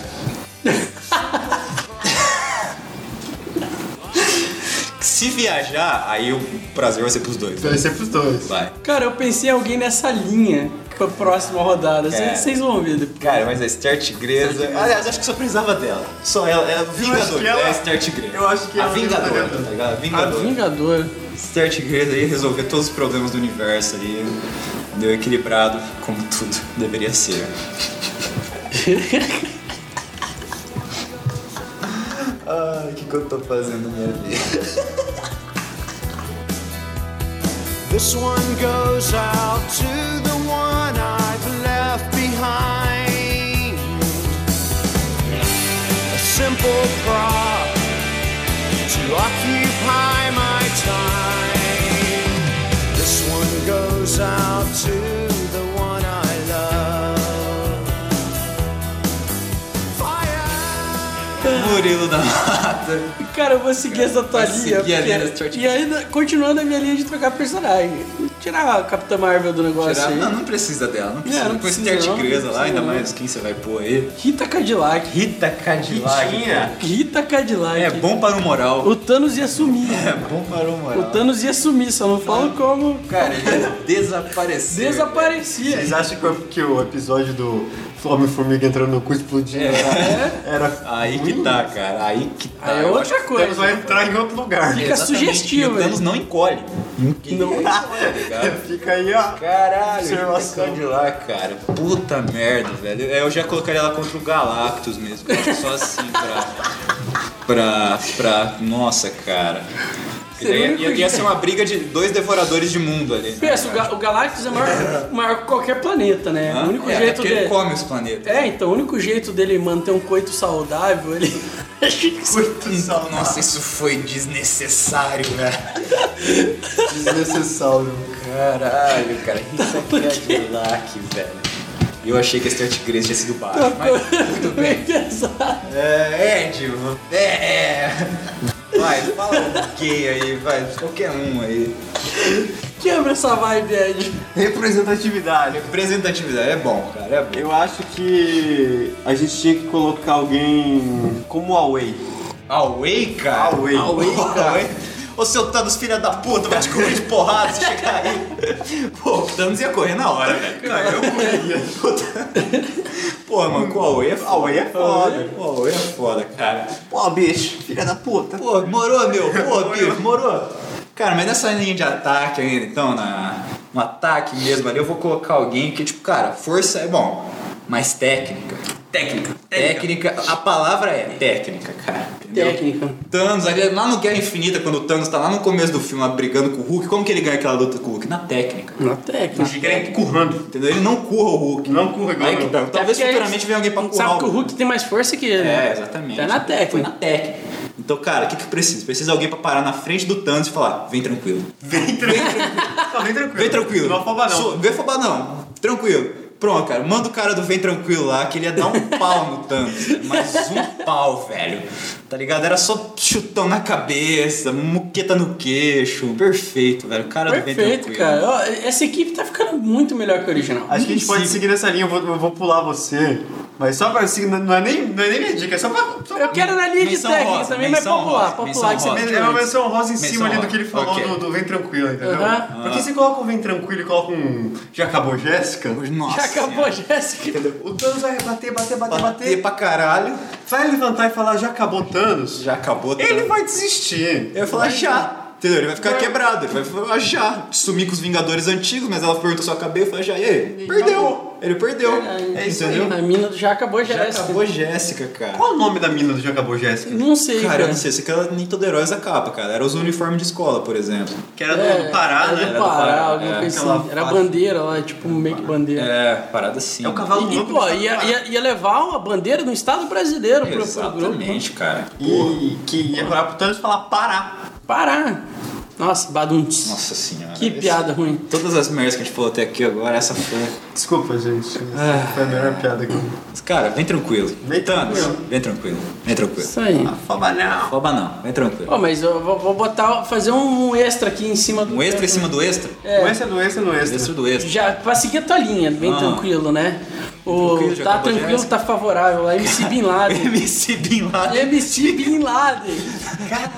Speaker 1: se viajar, aí o prazer vai ser pros dois.
Speaker 3: Vai ser pros dois.
Speaker 1: Vai.
Speaker 2: Cara, eu pensei em alguém nessa linha pra próxima rodada.
Speaker 1: É.
Speaker 2: Vocês vão ver depois.
Speaker 1: Cara, mas a Esther Tigresa. Aliás, acho que só precisava dela. Só ela, ela
Speaker 3: acho
Speaker 1: Vingador.
Speaker 3: que ela-
Speaker 1: é a Esther Tigresa.
Speaker 3: eu acho que
Speaker 1: a
Speaker 3: ela
Speaker 1: Vingadora,
Speaker 3: ajudaria.
Speaker 1: tá ligado? A
Speaker 2: Vingador.
Speaker 1: Vingadora. Esther Tigresa ia resolver todos os problemas do universo ali. Deu equilibrado, como tudo deveria ser. Ai, o que, que eu tô fazendo na minha vida?
Speaker 4: This one goes out to the one I've left behind. A simple prop to occupy my time. This one goes out to the one I love. Fire!
Speaker 1: Murilo da Mata.
Speaker 2: Cara, eu vou seguir essa tua
Speaker 1: Vai
Speaker 2: linha.
Speaker 1: seguir a linha
Speaker 2: porque-
Speaker 1: do Stuart
Speaker 2: E ainda, continuando a minha linha de trocar personagem. Tirar a Capitã Marvel do negócio
Speaker 1: Tirar-
Speaker 2: aí.
Speaker 1: Não, não precisa dela. Não precisa.
Speaker 2: Tá não
Speaker 1: Com
Speaker 2: precisa
Speaker 1: Esther
Speaker 2: não,
Speaker 1: Tigresa
Speaker 2: não
Speaker 1: lá, ainda
Speaker 2: precisa
Speaker 1: mais quem você vai pôr aí.
Speaker 2: Rita Cadillac.
Speaker 1: Rita Cadillac.
Speaker 3: Tinha.
Speaker 2: Rita Cadillac.
Speaker 1: É bom para o moral.
Speaker 2: O Thanos ia sumir.
Speaker 1: É bom para o moral.
Speaker 2: O Thanos ia sumir, só não falo como.
Speaker 1: Cara, ele desapareceu.
Speaker 2: Desaparecia.
Speaker 3: Vocês acham que o- que o episódio do Homem-Formiga entrando no cu explodindo era, era
Speaker 1: É. Aí que
Speaker 3: ruim?
Speaker 1: tá, cara. Aí que tá.
Speaker 2: Aí é
Speaker 1: Eu acho
Speaker 2: outra
Speaker 1: que
Speaker 3: O Thanos
Speaker 2: coisa.
Speaker 3: vai entrar em outro lugar.
Speaker 2: Fica
Speaker 1: exatamente
Speaker 2: sugestivo,
Speaker 1: que O Thanos
Speaker 2: hein?
Speaker 1: não encolhe.
Speaker 2: Não.
Speaker 1: Tá ligado?
Speaker 3: Fica aí, ó.
Speaker 1: Caralho,
Speaker 3: Observação.
Speaker 1: de lá, cara. Puta merda, velho. É, Eu já colocaria ela contra o Galactus mesmo. Eu acho que só assim pra. Pra. pra. Nossa, cara.
Speaker 2: Seria
Speaker 1: Ia,
Speaker 2: é o único
Speaker 1: ia, ia
Speaker 2: jeito.
Speaker 1: ser uma briga de dois devoradores de mundo ali. né,
Speaker 2: Pensa, o,
Speaker 1: cara?
Speaker 2: Ga- o Galactus é maior, maior que qualquer planeta, né?
Speaker 1: Hã?
Speaker 2: O único
Speaker 1: é, é
Speaker 2: jeito
Speaker 1: porque ele
Speaker 2: dele.
Speaker 1: come os planetas.
Speaker 2: É, então, o único jeito dele manter um coito saudável, ele.
Speaker 3: Muito saudável.
Speaker 1: Nossa, isso foi desnecessário, velho.
Speaker 3: Desnecessário.
Speaker 1: Caralho, cara, tá Rita Cadillac, velho. Eu achei que esse Start Grace tinha sido baixo, mas tudo bem.
Speaker 2: Bem pesado.
Speaker 1: É, é, Dio, é, é. Vai, fala um gay aí, vai, qualquer um aí.
Speaker 2: Quebra essa vibe, Ed.
Speaker 3: Representatividade.
Speaker 1: Representatividade é bom, cara, é bom.
Speaker 3: Eu acho que a gente tinha que colocar alguém como Huawei.
Speaker 1: Away, cara?
Speaker 3: Away.
Speaker 1: Away, cara.
Speaker 3: Away.
Speaker 1: Ô seu Thanos, filha da puta, vai te cobrir de porrada se chegar aí. Pô, o Thanos ia correr na hora, velho. eu correria. Porra, mano, com o Away é foda.
Speaker 3: Huawei é foda.
Speaker 1: O Away é foda, cara.
Speaker 3: Pô, bicho, filha da puta.
Speaker 1: Pô, morou, meu? Pô, bicho, morou? Cara, mas nessa linha de ataque ainda, então, na, no ataque mesmo ali, eu vou colocar alguém que, tipo, cara, força é bom, mas técnica. Técnica. Técnica, a palavra é técnica, cara. entendeu?
Speaker 2: Técnica.
Speaker 1: Thanos, ali, lá no Guerra Infinita, quando o Thanos tá lá no começo do filme, lá, brigando com o Hulk, como que ele ganha aquela luta com o Hulk? Na técnica.
Speaker 2: Na técnica.
Speaker 1: Ele currando. Entendeu? Ele não curra o Hulk.
Speaker 3: Não curra igual
Speaker 1: Aí que
Speaker 3: eu.
Speaker 1: tá. Talvez
Speaker 2: É porque
Speaker 1: futuramente venha alguém pra
Speaker 2: a gente
Speaker 1: currar
Speaker 2: Sabe que o Hulk tem mais força que ele.
Speaker 1: é, exatamente.
Speaker 2: É na
Speaker 1: Foi
Speaker 2: técnica.
Speaker 1: na técnica. Então, cara, o que, que precisa? Precisa alguém pra parar na frente do Thanos e falar: vem tranquilo.
Speaker 3: Vem tranquilo. Não, vem tranquilo.
Speaker 1: Vem tranquilo.
Speaker 3: Não afoba não.
Speaker 1: Sou- vem afobar não. Tranquilo. Pronto, cara. Manda o cara do Vem Tranquilo lá, que ele ia dar um pau no Thanos. cara. Mas um pau, velho. Tá ligado? Era só chutão na cabeça, muqueta no queixo. Perfeito, velho. O cara do Vem né?
Speaker 2: Perfeito,
Speaker 1: Tranquilo.
Speaker 2: cara. Ó, essa equipe tá ficando muito melhor que a original.
Speaker 3: Acho que a gente pode
Speaker 1: Sim.
Speaker 3: seguir nessa linha, eu vou, eu vou pular você. Mas só pra seguir, não é nem, não é nem minha dica, é só pra. Só
Speaker 2: Eu quero na linha de
Speaker 1: Menção
Speaker 2: técnica
Speaker 1: rosa,
Speaker 2: também, mas
Speaker 1: menção
Speaker 2: popular,
Speaker 1: rosa,
Speaker 2: popular que
Speaker 1: menção
Speaker 2: você
Speaker 1: rosa.
Speaker 3: É é uma menção rosa em
Speaker 1: Menção
Speaker 3: cima ali do
Speaker 1: rosa.
Speaker 3: que ele falou
Speaker 1: Ok.
Speaker 3: do, do vem tranquilo, entendeu?
Speaker 2: Aham.
Speaker 3: Porque você coloca o vem tranquilo e coloca um. Já acabou Jéssica?
Speaker 1: Nossa.
Speaker 2: Já acabou, Jéssica.
Speaker 3: Entendeu? O Thanos vai bater, bater, bater,
Speaker 1: Bater
Speaker 3: bater.
Speaker 1: pra caralho.
Speaker 3: Vai levantar e falar, já acabou Thanos?
Speaker 1: Já acabou.
Speaker 3: Ele
Speaker 1: Thanos.
Speaker 3: vai desistir.
Speaker 1: Eu ia falar já. Entendeu? Ele vai ficar quebrado, ele vai achar. Sumir com os Vingadores antigos, mas ela pergunta sua cabeça e fala, já, e aí? Perdeu! Ele perdeu. É isso,
Speaker 2: A
Speaker 1: entendeu?
Speaker 2: mina já acabou, já,
Speaker 1: Já
Speaker 2: é essa.
Speaker 1: acabou Jéssica, cara.
Speaker 3: Qual o nome da mina do Já Acabou Jéssica?
Speaker 2: Não sei,
Speaker 1: Cara, eu não sei, sei que ela nem todo heróis da capa, cara. Era os uniformes de escola, por exemplo.
Speaker 3: Que era do, do Pará,
Speaker 2: é, era
Speaker 3: né?
Speaker 2: Do
Speaker 1: do
Speaker 2: Pará,
Speaker 1: Pará,
Speaker 2: alguma
Speaker 1: é,
Speaker 2: coisa
Speaker 3: aquela
Speaker 2: assim. Era
Speaker 3: fase.
Speaker 2: bandeira lá, tipo meio que bandeira.
Speaker 1: É, parada sim.
Speaker 3: É o cavalo
Speaker 2: E,
Speaker 3: louco
Speaker 2: pô,
Speaker 3: do
Speaker 2: ia,
Speaker 3: Pará.
Speaker 2: ia, ia levar a bandeira do Estado brasileiro pro, pro grupo.
Speaker 1: Exatamente, cara.
Speaker 3: E que ia parar pro Thanos falar Pará.
Speaker 2: Pará. Nossa, baduntz.
Speaker 1: Nossa senhora.
Speaker 2: que
Speaker 1: esse-
Speaker 2: piada ruim.
Speaker 1: Todas as merdas que a gente falou até aqui agora, essa foi.
Speaker 3: Desculpa, gente. Foi a melhor piada que eu
Speaker 1: Mas, Cara, vem tranquilo.
Speaker 3: Vem
Speaker 1: Thanos,
Speaker 3: tranquilo.
Speaker 1: Vem tranquilo. Vem tranquilo.
Speaker 2: Isso aí.
Speaker 3: Fala não.
Speaker 1: Rouba não, vem tranquilo.
Speaker 2: Pô, mas eu vou, vou botar, fazer um, extra aqui em cima do.
Speaker 1: Um extra em cima do extra? Um
Speaker 3: É. Doença, doença, doença.
Speaker 1: Extra é do extra.
Speaker 2: Já, pra seguir a tua linha, bem
Speaker 1: Ah.
Speaker 2: tranquilo, né? O
Speaker 1: Tranquilo, já
Speaker 2: tá
Speaker 1: acabou
Speaker 2: tranquilo,
Speaker 1: já.
Speaker 2: tá favorável. lá, MC Bin Laden.
Speaker 1: MC Bin Laden.
Speaker 2: MC Bin Laden.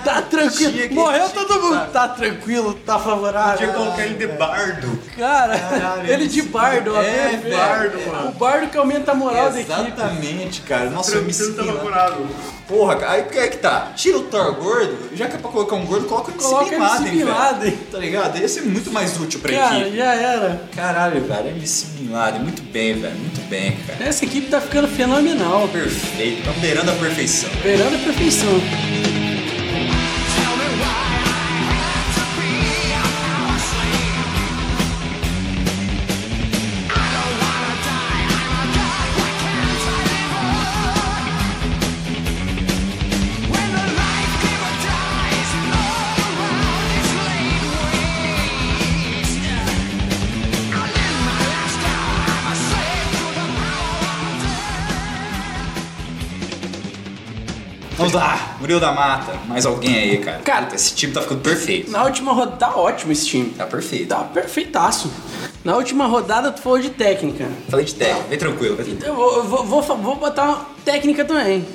Speaker 2: tá tranquilo.
Speaker 1: tinha que-
Speaker 2: Morreu todo mundo. Tá tranquilo, tá favorável.
Speaker 3: Podia colocar ele de bardo.
Speaker 2: Cara, ele de bardo, ó.
Speaker 1: É,
Speaker 2: perfeito.
Speaker 1: bardo,
Speaker 3: mano.
Speaker 2: O bardo que aumenta a moral da equipe.
Speaker 1: Exatamente, cara. Nossa, eu me
Speaker 3: Tranquilo, tá
Speaker 1: sinto.
Speaker 3: favorável.
Speaker 1: Porra, cara, aí que é que tá? Tira o Thor gordo, já que é pra colocar um gordo, coloca o
Speaker 2: Coloca
Speaker 1: MC Bin
Speaker 2: o MC
Speaker 1: Laden,
Speaker 2: Bin
Speaker 1: velho.
Speaker 2: Laden.
Speaker 1: Tá ligado? Ia ser muito mais útil pra
Speaker 2: Cara,
Speaker 1: equipe.
Speaker 2: já era.
Speaker 1: Caralho, velho, MC Bin Laden. Muito bem, velho. Muito bem, cara.
Speaker 2: Essa equipe tá ficando fenomenal.
Speaker 1: Perfeito, tá beirando a perfeição.
Speaker 2: Beirando a perfeição.
Speaker 1: Vamos lá, Murilo da Mata. Mais alguém aí, cara.
Speaker 2: Cara,
Speaker 1: Puta, esse time tá ficando perfeito.
Speaker 2: Na última rodada, tá ótimo esse time.
Speaker 1: Tá perfeito.
Speaker 2: Tá perfeitaço. Na última rodada, tu falou de técnica.
Speaker 1: Falei de técnica, vem tranquilo. Vem tranquilo.
Speaker 2: Eu vou, eu vou, vou, fa- vou botar uma técnica também.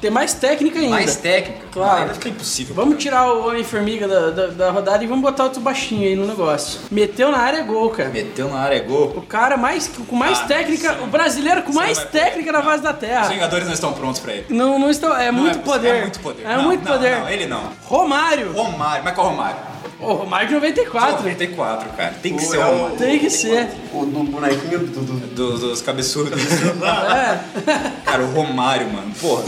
Speaker 2: Tem mais técnica ainda.
Speaker 1: Mais técnica?
Speaker 2: Claro.
Speaker 1: Aí Vai ficar impossível.
Speaker 2: Vamos tirar o Homem-Formiga da, da, da rodada e vamos botar outro baixinho aí no negócio. Meteu na área é gol, cara.
Speaker 1: Meteu na área é gol.
Speaker 2: O cara mais, com mais
Speaker 1: Ah,
Speaker 2: técnica, o brasileiro com
Speaker 1: Você
Speaker 2: mais
Speaker 1: não vai-
Speaker 2: técnica na
Speaker 1: Não.
Speaker 2: base da
Speaker 1: Os
Speaker 2: terra.
Speaker 1: Vingadores não estão prontos pra ele.
Speaker 2: Não, não estão. É
Speaker 1: Não
Speaker 2: muito
Speaker 1: é possi-
Speaker 2: poder.
Speaker 1: É muito poder.
Speaker 2: É
Speaker 1: não,
Speaker 2: muito
Speaker 1: não,
Speaker 2: poder.
Speaker 1: Não, ele não.
Speaker 2: Romário.
Speaker 1: Romário. Mas qual Romário?
Speaker 2: O Romário de 94.
Speaker 1: 94, cara. um Tem que
Speaker 3: Pô,
Speaker 1: ser
Speaker 3: é
Speaker 1: o
Speaker 3: o-
Speaker 1: Romário.
Speaker 2: Tem que ser.
Speaker 3: O do bonequinho do. do-
Speaker 1: Do- dos cabeçudos.
Speaker 2: É.
Speaker 1: cara, o Romário, mano. Porra.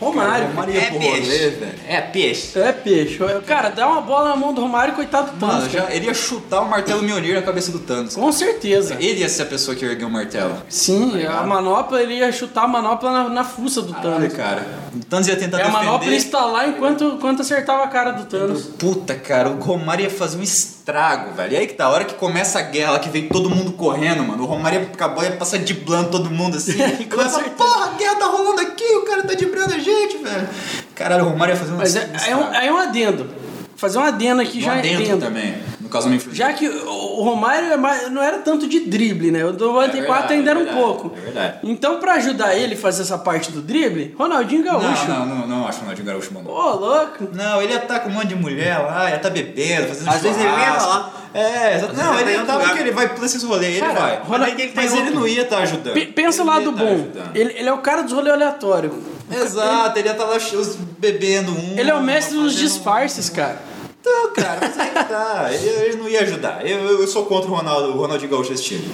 Speaker 2: Romário.
Speaker 1: Cara, o Romário é ia pro rolê, velho. É peixe.
Speaker 2: É peixe. Cara, dá uma bola na mão do Romário, coitado do Thanos.
Speaker 1: Mano,
Speaker 2: cara.
Speaker 1: já, ele ia chutar o martelo Mjolnir na cabeça do Thanos.
Speaker 2: Com certeza.
Speaker 1: Ele ia ser a pessoa que ergueu o martelo.
Speaker 2: Sim, a
Speaker 1: É. Tá ligado?
Speaker 2: manopla, ele ia chutar a manopla na, na fuça do
Speaker 1: Caralho,
Speaker 2: Thanos.
Speaker 1: cara. O Thanos ia tentar
Speaker 2: É a
Speaker 1: defender.
Speaker 2: manopla instalar enquanto, enquanto acertava a cara do Thanos.
Speaker 1: Puta, cara, o Romário ia fazer um estrago, velho. E aí que tá, a hora que começa a guerra, que vem todo mundo correndo, mano. O Romário ia acabou ia passar driblando todo mundo assim. e começa, porra, a guerra tá rolando aqui, o cara tá driblando a gente, velho. Caralho, o Romário ia fazer um
Speaker 2: Mas é, é um, é um adendo. Fazer um adendo aqui
Speaker 1: Um
Speaker 2: já é
Speaker 1: adendo
Speaker 2: adendo.
Speaker 1: também. No caso do Manfred.
Speaker 2: Já que o o Romário é mais- não era tanto de drible, né? O do 94
Speaker 1: verdade,
Speaker 2: ainda era um
Speaker 1: é verdade,
Speaker 2: pouco.
Speaker 1: é verdade.
Speaker 2: Então, pra ajudar ele a fazer essa parte do drible, Ronaldinho Gaúcho.
Speaker 1: Não, não, não, não acho o Ronaldinho Gaúcho bom.
Speaker 2: Ô,
Speaker 1: não.
Speaker 2: louco.
Speaker 1: Não, ele ia estar com um monte de mulher lá, ia estar bebendo, fazendo
Speaker 3: Às vezes ele ia
Speaker 1: churrasco.
Speaker 3: lá.
Speaker 1: É, exato. não, ele
Speaker 3: ele tá em
Speaker 1: ia
Speaker 3: outro
Speaker 1: tava
Speaker 3: lugar.
Speaker 1: que ele vai pra esses rolês, ele
Speaker 2: Cara,
Speaker 1: vai.
Speaker 2: Ronald-
Speaker 1: Mas ele- mas ele não ia estar ajudando.
Speaker 2: P- tá pensa
Speaker 1: Ele
Speaker 2: o
Speaker 1: não ia
Speaker 2: lado
Speaker 1: tá
Speaker 2: bom.
Speaker 1: ajudando.
Speaker 2: Ele, ele é o cara dos rolê aleatório.
Speaker 1: Exato, ele ia estar lá os- bebendo um.
Speaker 2: Ele é o mestre dos
Speaker 1: fazendo um-
Speaker 2: disfarces, cara.
Speaker 1: Então, cara, mas aí que tá. Ele, ele não ia ajudar. Eu, eu- eu sou contra o Ronaldo, o Ronaldinho Gaúcho desse time.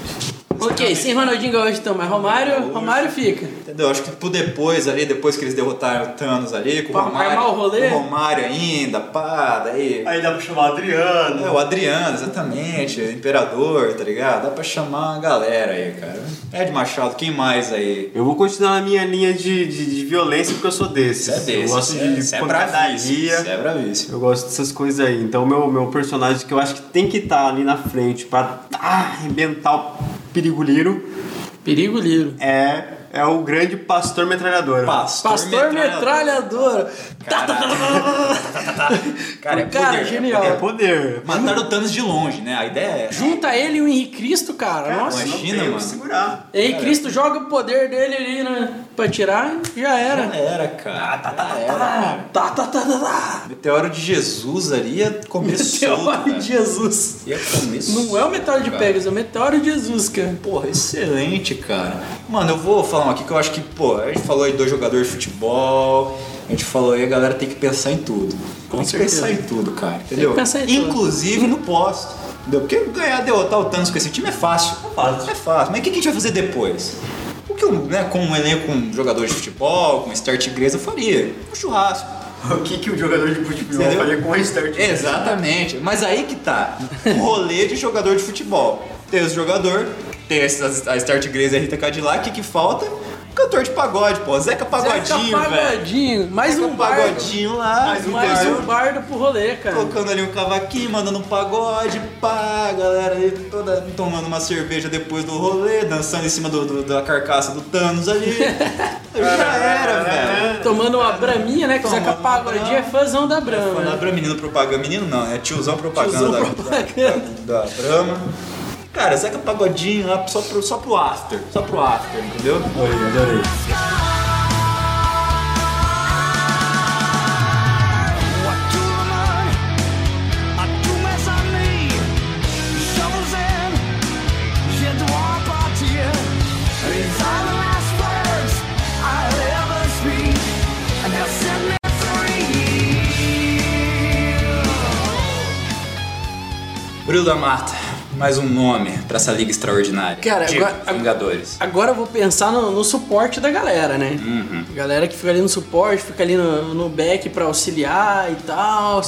Speaker 2: Ok, sem Ronaldinho Gaúcho então, mas Romário, Romário fica.
Speaker 1: Entendeu? Acho que por depois ali, depois que eles derrotaram o Thanos ali, com
Speaker 2: Pra
Speaker 1: o Romário.
Speaker 2: armar o rolê?
Speaker 1: com o Romário ainda, pá, daí.
Speaker 3: Aí dá pra chamar o Adriano.
Speaker 1: É, o Adriano, exatamente, o Imperador, tá ligado? Dá pra chamar uma galera aí, cara. Ed Machado, quem mais aí?
Speaker 3: Eu vou continuar na minha linha de, de, de violência porque eu sou desses.
Speaker 1: Você é desse,
Speaker 3: eu gosto
Speaker 1: você é-
Speaker 3: de
Speaker 1: você é bravíssimo.
Speaker 3: pancadaria.
Speaker 1: Você é bravíssimo.
Speaker 3: eu gosto dessas coisas aí. Então, meu, meu personagem que eu acho que tem que estar ali na frente pra tá, arrebentar o perigulheiro
Speaker 2: Perigo livre.
Speaker 3: é, é o grande pastor metralhadora.
Speaker 1: Pastor,
Speaker 2: Pastor metralhadora.
Speaker 1: Cara, é
Speaker 2: Cara,
Speaker 1: poder, é
Speaker 2: genial.
Speaker 1: poder.
Speaker 3: É poder.
Speaker 1: Mataram o Thanos de longe, né? A ideia é.
Speaker 2: Junta ele e o Henrique Cristo, cara. Nossa.
Speaker 1: mas- imagina,
Speaker 3: Não tem
Speaker 1: mano.
Speaker 3: que segurar.
Speaker 2: Henrique Cristo joga o poder dele ali, né? Pra tirar, já era.
Speaker 1: Era, cara.
Speaker 2: Ah, Tá, tá, tá, tá, tá.
Speaker 1: Meteoro de Jesus ali ia comer
Speaker 2: Meteoro
Speaker 1: solto,
Speaker 2: de
Speaker 1: velho.
Speaker 2: Jesus.
Speaker 1: Ia comer
Speaker 2: Não é o meteoro de
Speaker 1: solto, cara.
Speaker 2: Pegasus, é o meteoro de Jesus, cara.
Speaker 1: Porra, excelente, cara. Mano, eu vou falar um aqui que eu acho que, pô, a gente falou aí dois jogadores de futebol, A gente falou aí, a galera tem que pensar em tudo.
Speaker 2: Com
Speaker 1: tem que
Speaker 2: certeza.
Speaker 1: pensar em tudo, cara, entendeu?
Speaker 2: que pensar em tudo.
Speaker 1: Inclusive no pós. Entendeu? Porque ganhar, derrotar o Thanos com esse time é fácil. É fácil. É fácil. Mas o que a gente vai fazer depois? O que eu, né, com um elenco, com um jogador de futebol, com um start inglês, eu faria? Um churrasco.
Speaker 3: O que, que o jogador de futebol
Speaker 1: Entendeu?
Speaker 3: faria com o restart?
Speaker 1: Exatamente. Mas aí que tá. O rolê de jogador de futebol. Tem os jogador, tem essas- a Start Grace e a Rita Cadillac, o que, que falta? Cantor de pagode, pô. Zeca Pagodinho,
Speaker 2: Zeca
Speaker 1: velho.
Speaker 2: Pagodinho. Mais
Speaker 1: Zeca
Speaker 2: um bardo.
Speaker 1: pagodinho lá,
Speaker 3: Mais um
Speaker 1: entendeu?
Speaker 2: Mais um bardo pro rolê, cara.
Speaker 1: Colocando ali um cavaquinho, mandando um pagode, pá, a galera ali toda tomando uma cerveja depois do rolê, dançando em cima do- do- da carcaça do Thanos ali. Já era, velho.
Speaker 2: Tomando uma braminha, né? Que o
Speaker 1: Tomando
Speaker 2: Zeca
Speaker 1: uma
Speaker 2: Pagodinho é
Speaker 1: brama.
Speaker 2: fãzão da
Speaker 1: Falar
Speaker 2: brama.
Speaker 1: pra menino propaganda. Menino não, é tiozão propaganda,
Speaker 2: Tiozão
Speaker 1: da,
Speaker 2: propaganda.
Speaker 1: Da, da Brahma. Cara, Zeca Pagodinho lá só pro, só pro after. Só pro after, entendeu? Brilho da Mata. Mais um nome pra essa liga extraordinária.
Speaker 2: Cara,
Speaker 1: Digo,
Speaker 2: agora-
Speaker 1: Vingadores.
Speaker 2: Agora eu vou pensar no, no suporte da galera, né? Galera que fica ali no suporte, fica ali no, no back pra auxiliar e tal.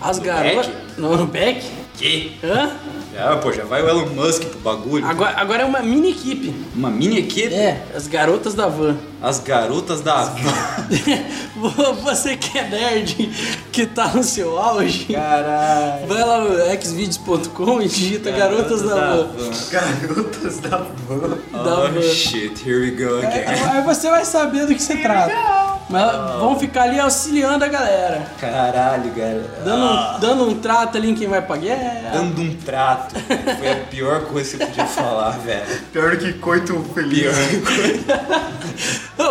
Speaker 2: As garotas.
Speaker 1: back?
Speaker 2: No, no back?
Speaker 1: Que?
Speaker 2: Hã?
Speaker 1: Ah, pô, já vai o Elon Musk pro bagulho.
Speaker 2: Agora, agora é uma mini equipe.
Speaker 1: Uma mini equipe.
Speaker 2: É, as garotas da van.
Speaker 1: As garotas da van.
Speaker 2: Você que é nerd, que tá no seu auge,
Speaker 1: Caralho.
Speaker 2: vai lá no xvideos.com e digita garotas, da van.
Speaker 3: Garotas da van.
Speaker 2: Da
Speaker 1: Oh,
Speaker 2: van.
Speaker 1: shit, here we go again.
Speaker 2: Aí você vai saber do que se trata. Mas vão ficar ali auxiliando a galera.
Speaker 1: Caralho, galera.
Speaker 2: É.
Speaker 1: Ah,
Speaker 2: Dando, um, dando um trato ali em quem vai pra guerra.
Speaker 1: Dando um trato. Foi a pior coisa que eu podia falar, velho.
Speaker 3: Pior que coito feliz.
Speaker 1: Pior.